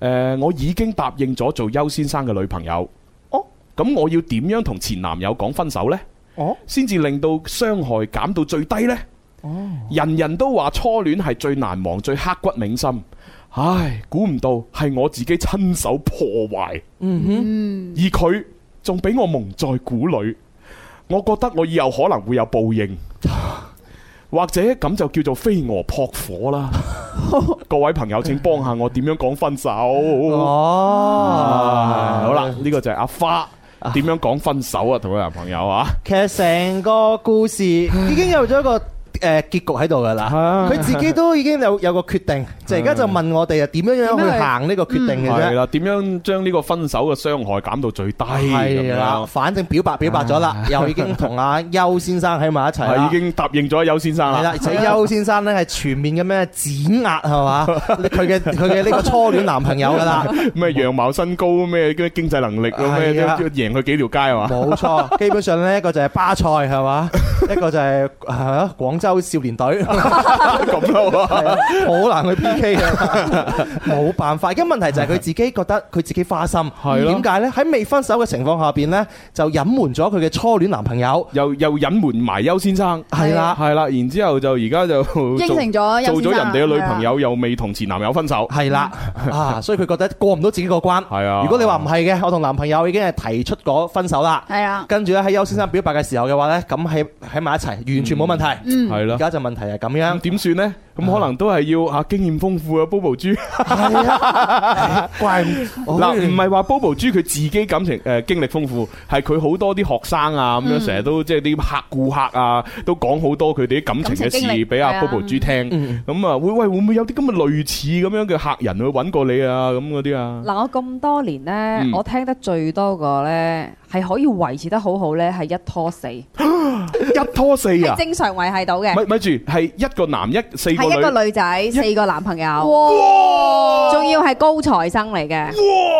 C: 誒、我已經答應咗做邱先生嘅女朋友。哦，咁我要點樣同前男友講分手呢？
H: 哦，
C: 先至令到傷害減到最低呢？
H: 哦，
C: 人人都話初戀係最難忘、最刻骨銘心。唉，估唔到係我自己親手破壞。
H: 嗯
C: 而佢仲俾我蒙在鼓裏，我覺得我以後可能會有報應，或者咁就叫做飛蛾撲火 啦。各位朋友，請幫下我點樣講分手。哦，好啦，呢個就係阿花點樣講分手啊，同佢男朋友啊。
H: 其實成個故事已經有咗一個誒、誒結局喺度㗎啦。佢自己都已經有有個決定，就而家就問我哋啊點樣樣去行呢個決定嘅
C: 系
H: 啫。
C: 嗯啦，点样将呢个分手嘅伤害减到最低咁
H: 係啦，
C: 样？
H: 反正表白表白咗啦，又已經同阿邱先生喺埋一齊
C: 系
H: 啦
C: 已。啊经答应咗邱先生啦。
H: 係啦，而且邱先生咧係全面嘅咩指壓係嘛？佢嘅佢嘅呢個初戀男朋友㗎啦。
C: 咩樣貌身高咩嘅經濟能力啊咩
H: 係啊
C: 都贏佢幾條街啊嘛，
H: 冇錯，基本上咧一個就係巴塞 係嘛，一個就係係啊廣州少年隊，咁
C: 咯，
H: 好難去 P K 嘅，冇辦法。而家問題就係佢自己覺得佢自己花心，
C: 係咯
H: 點解咧？喺未分手嘅情況下邊咧，就隱瞞咗佢嘅初戀男朋友，
C: 又又隱瞞埋邱先生，
H: 係啦
C: 係啦，然之後就而家就 做
H: 承咗邱
C: 做
H: 先生
I: à.
C: 咗人哋嘅
I: Dạ.
C: 女朋友，又未同前男友分手，
H: 係 啦啊，所以佢覺得過唔到自己個關。
C: 係啊，
H: 如果你話唔係嘅，我同男朋友已經係提出過分手啦。
A: 係
I: à.
A: 啊
H: 跟住咧喺邱先生表白嘅時候嘅話咧，咁喺喺埋一齊完全冇問題。
A: 嗯
C: 係咯
H: 而家就問題係咁樣。
C: 點算呢？咁可能都係要啊經驗豐富嘅 Bobo 豬，
H: 怪
C: 嗯嗱唔係話 Bobo 豬佢自己感情誒經歷豐富，係佢好多啲學生啊咁
H: 嗯
C: 樣，成日都即係啲客顧客啊，都講好多佢哋啲感情
H: 感情經
C: 嘅事
H: 歷
C: 俾
H: 係
C: 阿
H: 啊
C: Bobo 豬聽，咁啊會喂會唔會有啲咁嘅類似咁樣嘅客人去揾過你啊咁嗰啲啊？
I: 嗱，我咁多年呢，
C: 嗯
I: 我聽得最多個呢，係可以維持得好好呢，係一拖四，
C: 一拖四啊
I: 係正常維係到嘅。
C: 咪咪住，係一個男一四個
I: 係一個
C: 女，
I: 女仔，四個男朋友，
A: 哇
I: 仲要係高材生嚟嘅，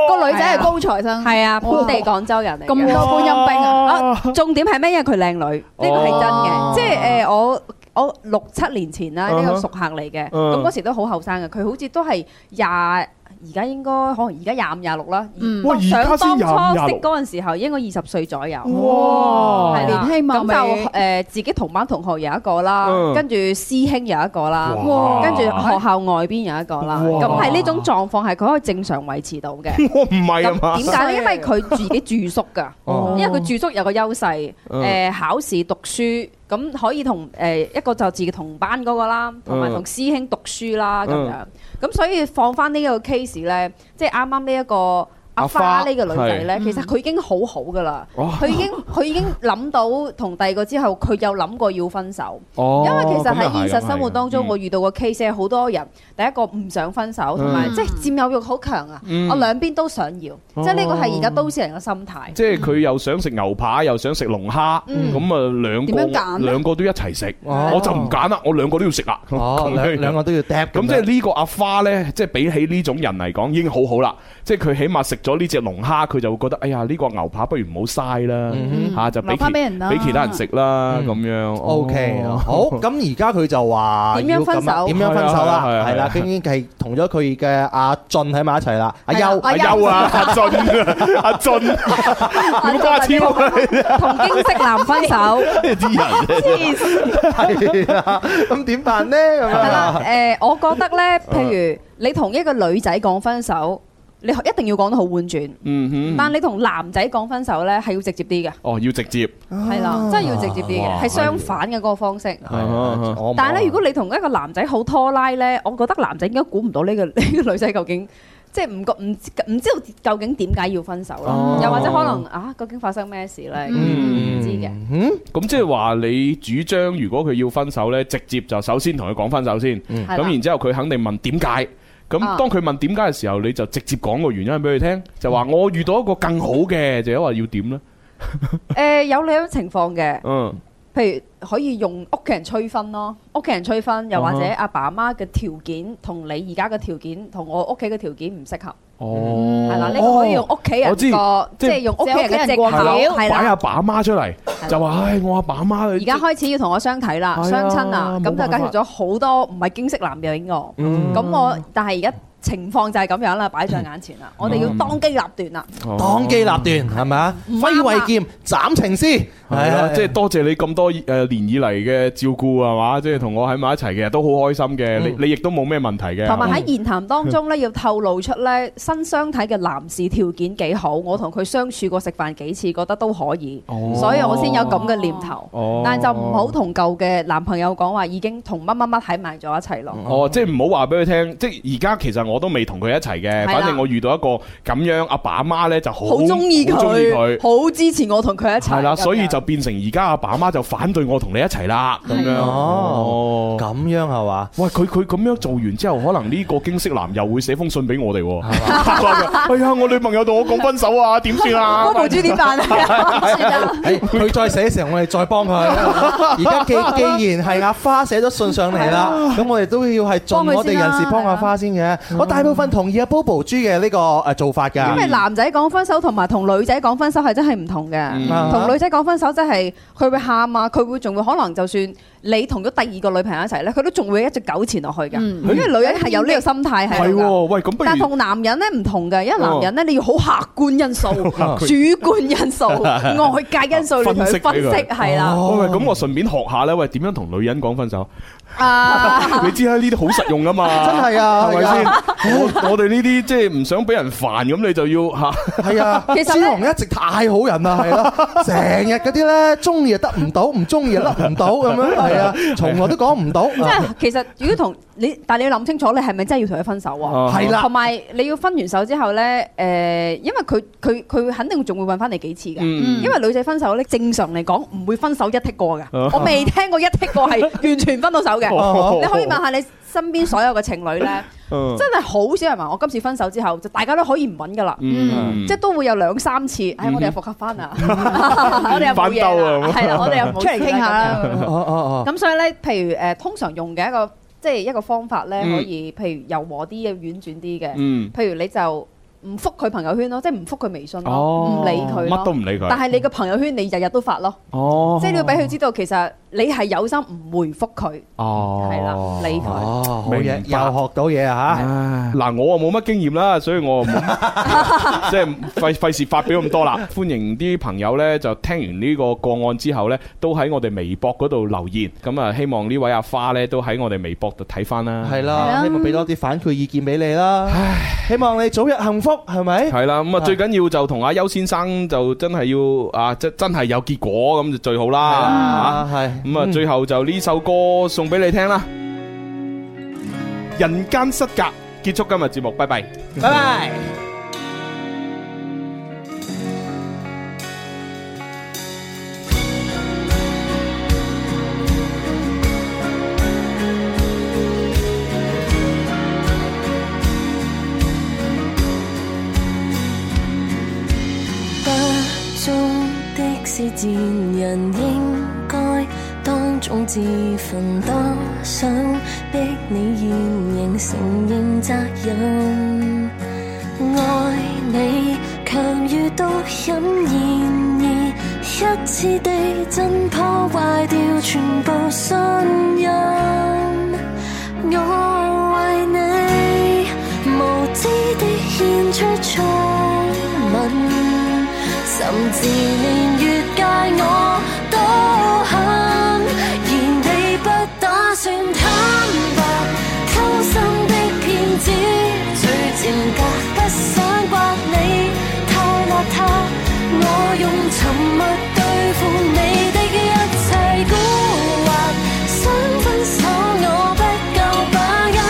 A: 個女
C: à?
A: 仔係高材生，
I: 係啊，本地廣州人嚟嘅，
A: 咁多觀音兵
I: 啊！重點係咩？因為佢靚女，呢個係真嘅，即係誒我。我六七年前啦，呢
A: 嗯
I: 個
A: 哼
I: 熟客嚟嘅，
A: 嗯
I: 咁嗰時都好後生嘅，佢好似都係廿，而家應該可能而家廿五廿六啦。
A: 嗯
I: 當
A: 哇而家
I: 想
A: 先25
I: 當初
A: 廿
I: 識
A: 六
I: 嗰陣時候，應該二十歲左右。
A: 哇
I: 係啦
A: 年輕貌美
I: 咁就誒自己同班同學有一個啦
A: 嗯，
I: 跟住師兄有一個啦
A: 哇，
I: 跟住學校外邊有一個啦。
A: 哇
I: 咁係呢種狀況係佢可以正常維持到嘅。
C: 我唔係啊嘛，
I: 點解咧？因為佢 自己住宿㗎，
C: 哦
I: 因為佢住宿有個優勢，
C: 嗯
I: 誒考試讀書咁可以同呃誒一個就自己同班嗰個啦，同埋
A: 嗯
I: 同師兄讀書啦咁
A: 嗯
I: 樣。咁所以放翻呢個 case 咧，即係啱啱呢一個。阿
A: 阿花
I: 花呢個女仔
A: 係
I: 咧，
A: 嗯
I: 其實佢已經好好噶啦，
A: 哇
I: 佢已經佢已經諗到同第二個之後，佢有諗過要分手。
A: 哦
I: 因為其實
A: 咁又
I: 喺
A: 係
I: 現
A: 咁
I: 實生活
A: 係
I: 當
A: 嗯
I: 中，我遇到個 case 係好多人，第一個唔想分手，同埋
C: 嗯
I: 即係佔有欲好強啊
C: 嗯！哦
I: 我兩邊都想要，即係呢個係而家都市人嘅心
C: 即
I: 態。
C: 係佢又想食牛扒，又想食龍蝦，
I: 嗯
C: 咁啊兩
I: 點樣
C: 個
I: 揀呢
C: 兩個都一齊食，
H: 哦
C: 我就唔揀啦，我兩個都要食啦。
H: 哦
C: 咁
H: 兩
C: 樣
H: 兩個都要嗒咁
C: 咁即係呢個阿花呢，即係比起呢種人嚟講已經好好啦。即係佢起碼食咗呢只龍蝦，佢就會覺得哎呀呢個牛扒不如唔好嘥啦，
H: 嗯
C: 嚇就俾
H: 留
C: 其
H: 返俾
I: 啊
H: 人啦
C: 俾其他人食啦咁樣。哦
H: O K，好，咁而家佢就話
C: 點樣
H: 要咁
C: 分手
H: 點樣分手
C: 係啊係啊
H: 啦？
C: 係啊
H: 係啦，
C: 係啊
H: 佢已經係同咗佢嘅阿俊喺埋一齊啦，阿優，
C: 阿優啊，阿俊啊，阿俊，啊你個瓜超啊！
I: 同經識男 分手，
C: 啲
I: 黐線
H: 係啊，咁點辦呢？咁樣
I: 係啦，
H: 啊
I: 誒，我覺得咧，譬如
C: 啊
I: 你同一個女仔講分手，你一定要講得好婉轉，
C: 嗯
I: 但
C: 哼，
I: 你同男仔講分手咧係要直接啲嘅，
C: 哦要直接，
I: 係啦，真係要直接啲
C: 啊哇
I: 嘅，係相反嘅嗰個方式。
C: 啊
H: 啊
C: 我
I: 但係咧，如果你同一個男仔好拖拉咧，我覺得男仔應該估唔到呢、個 呢個女仔究竟即係唔覺唔知唔知道究竟點解要分手咯，
C: 哦
I: 又或者可能啊，究竟發生咩事咧？唔知嘅。
H: 嗯
C: 咁即係話你主張，如果佢要分手呢，直接就首先同佢講分手先，
I: 係啦
C: 嗯咁然之後佢肯定問點解。咁
I: 啊
C: 當佢問點解嘅時候，你就直接講個原因俾佢聽，就話我遇到一個更好嘅，就因為要點呢？
I: 誒、有兩種情況嘅，
C: 嗯，
I: 譬如可以用屋企人催婚咯，屋企人催婚，又或者
C: 啊哈
I: 阿爸阿媽嘅條件同你而家嘅條件同我屋企嘅條件唔適合。
C: 哦，
I: 係啦，呢個可以用屋企人
C: 我知
I: 個，即係用屋企人嘅藉口，
C: 係啦
I: 係
C: 擺
I: 啦
C: 阿。爸阿媽出嚟，就話唉，我阿爸阿媽
I: 而家開始要同我相睇啦
C: 係啊，
I: 相親啦，咁
C: 冇辦法
I: 就介紹咗好多唔係經識男嘅俾我。
C: 嗯
I: 咁我但係而家情況就係咁樣啦，擺在眼前啦，
C: 嗯
I: 我哋要當機立斷啦。
H: 當機立斷係咪啊？揮慧劍斬情絲，
C: 係
H: 係
C: 啦，
H: 啊
C: 即係多謝你咁多誒年以嚟嘅照顧係嘛，即係同我喺埋一齊嘅都好開心嘅，你你亦都冇咩問題嘅。
I: 同埋喺言談當中
C: 嗯
I: 咧，要透露出咧新相睇嘅男士條件幾好，我同佢相處過食飯幾次，覺得都可以，所以我先有咁嘅念頭。
C: 哦
I: 但係就唔好同舊嘅男朋友講話已經同乜乜乜喺埋咗一齊咯。
C: 嗯哦，即係唔好話俾佢聽，即係而家其實我都未同佢一齊嘅，
I: 啦
C: 反正我遇到一個咁樣阿爸阿媽呢，就好
I: 好中意
C: 好中意佢
I: 佢，。好支持我同佢一
C: 系
I: 齊。
C: 啦，所以就變成而家阿爸阿媽就反對我同你一齊啦，咁
I: 係
C: 樣。
I: 啊
C: 哦，咁
H: 樣係嘛？
C: 喂，佢佢咁樣做完之後，可能呢個經適男又會寫封信俾我哋喎。 哎呀，我女朋友同我講分手啊，點算啊？
I: 我無知點辦啊？
H: 係佢再寫嘅時候，我哋再幫佢。而家既既然係阿花寫咗信上嚟啦，咁我哋都要係盡我哋人事幫阿花先嘅。我大部分同意阿 Bobo 豬嘅呢個誒做法㗎。
I: 因
C: 嗯
I: 為男仔講分手同埋同女仔講分手係真係唔同嘅，
H: 嗯
I: 同女仔講分手真係佢會喊啊，佢會仲會可能就算你同咗第二個女朋友一齊咧，佢都仲會一直糾纏落去嘅，
C: 嗯
I: 因為女人係有呢個心態
C: 係
I: 喺度
C: 喎，
I: 㗎。
C: 喂，咁不
I: 但
C: 如
I: 同男人咧唔同嘅，因為男人咧你要好客觀因素、
C: 觀
I: 主觀因 素、外界因素你同佢
C: 哦
I: 分
C: 俾佢
I: 析係啦。
C: 哦喂，咁我順便學下咧，喂，點樣同女人講分 手？
I: 啊，
C: 你知啦，呢啲好實用噶嘛，
H: 真係啊
C: 係 咪先？我我哋呢啲即係唔想俾人煩，咁你就要嚇。
H: 係啊，朱紅一直太好人啦，係咯，成日嗰啲咧中意又得唔到，唔中意又得唔到咁樣，係啊，從來都講唔到。
I: 即係其實如果同你，但係你要諗清楚，你係咪真係要同佢分手
H: 啊
C: 哦
I: 啊？
H: 係啦
I: 同埋你要分完手之後咧，誒，因為佢佢佢肯定仲會揾翻你幾次嘅，
J: 嗯
I: 因為女仔分手咧，正常嚟講唔會分手一剔過嘅，
J: 哦
I: 我未聽過一剔過 係完全分到手嘅。
J: 哦
I: 你可以問下你身邊所有嘅情侶咧。
J: 嗯
I: 真係好少人話我今次分手之後，就大家都可以唔揾噶啦，
J: 嗯
I: 即係都會有兩三次，唉，我哋又復合 翻啦， 我哋又冇嘢啦，
J: 翻兜啊嗯
I: 係啦，我哋 又冇
J: 出嚟傾下啦
I: 事咁樣
H: 哦哦
I: 咁所以咧，譬如誒、呃通常用嘅一個即係一個方法咧，
J: 嗯
I: 可以譬如柔和啲嘅、啊婉轉啲嘅。
J: 嗯
I: 譬如你就唔覆佢朋友圈咯，即係唔覆佢微信
C: 哦
I: 咯，唔理佢咯
C: 乜都唔理佢
I: 但係你嘅朋友圈你日日都發咯，
C: 哦
I: 即係你要俾佢知道其實你係有心唔回覆佢。
C: 哦，
I: 係啦唔理佢
H: 哦，好
C: 明
H: 嘢，
C: 白
H: 又學到嘢啊嚇！
C: 嗱，我啊冇乜經驗啦，所以 我冇即係費費事發表咁多啦。歡迎啲朋友呢，就聽完呢個個案之後呢，都喺我哋微博嗰度留言。咁啊，希望呢位阿花呢，都喺我哋微博度睇翻啦。
H: 係啦，希望俾多啲反饋意見俾你啦。希望你早日幸福，係咪？
C: 係啦，咁啊
H: 啊
C: 最緊要就同阿邱先生就真係要啊，真真係有結果咁就最好啦
H: 啊，。
C: 嚇
H: 係
C: 咁啊，最後就呢首歌送俾你聽啦，《人間失格》結束今日節目，拜拜。
H: 拜拜。
E: 不足的是自人應該當眾自焚，多想逼你現形承認責任。愛你強如毒癮，然而一次地震破壞掉全部信任。我為你無知的獻出初吻，甚至連越界我都肯，而你不打算坦白，偷心的騙子最賤格，不想刮你太邋遢，我用沉默對付你的一切蠱惑。想分手，我不夠把握，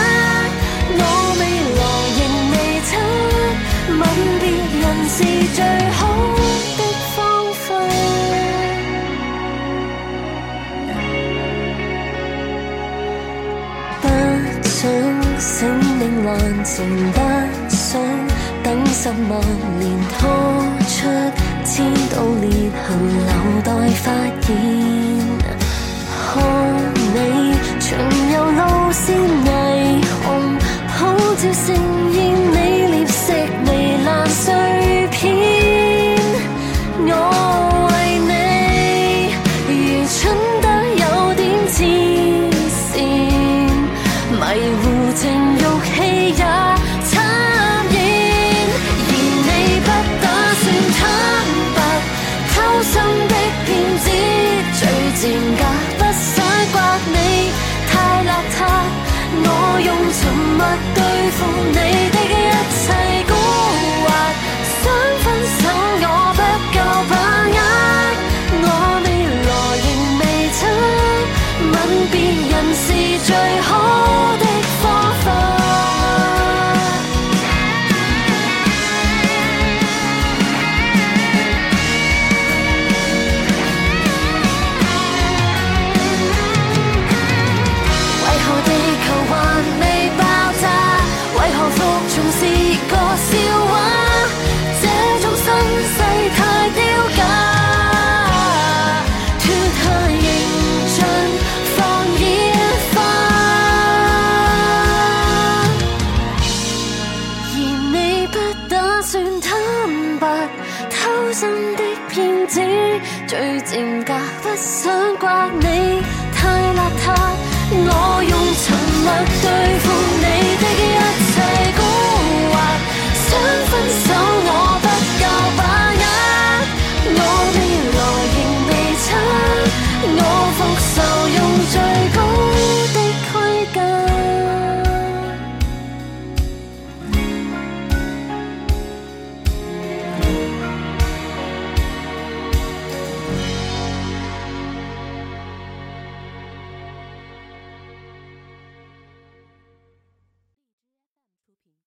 E: 我未來仍未親吻別人是最好的方法。不想醒領案情，不想等十萬年拖出千道裂痕，留待發現。看你長遊路線霓虹，普照盛宴，你獵食糜爛碎片。我為你愚蠢得有點痴線，迷糊情慾戲也參演，而你不打算坦白。偷心的騙子最賤格，不想刮你太邋遢，我用沉默對付你的一切蠱惑，想分手我不夠把握，我未來仍未出吻別人是最好的方法。算坦白，偷心的騙子，最賤格，不想刮你太邋遢。我用沉默對付你的一切蠱惑，想分手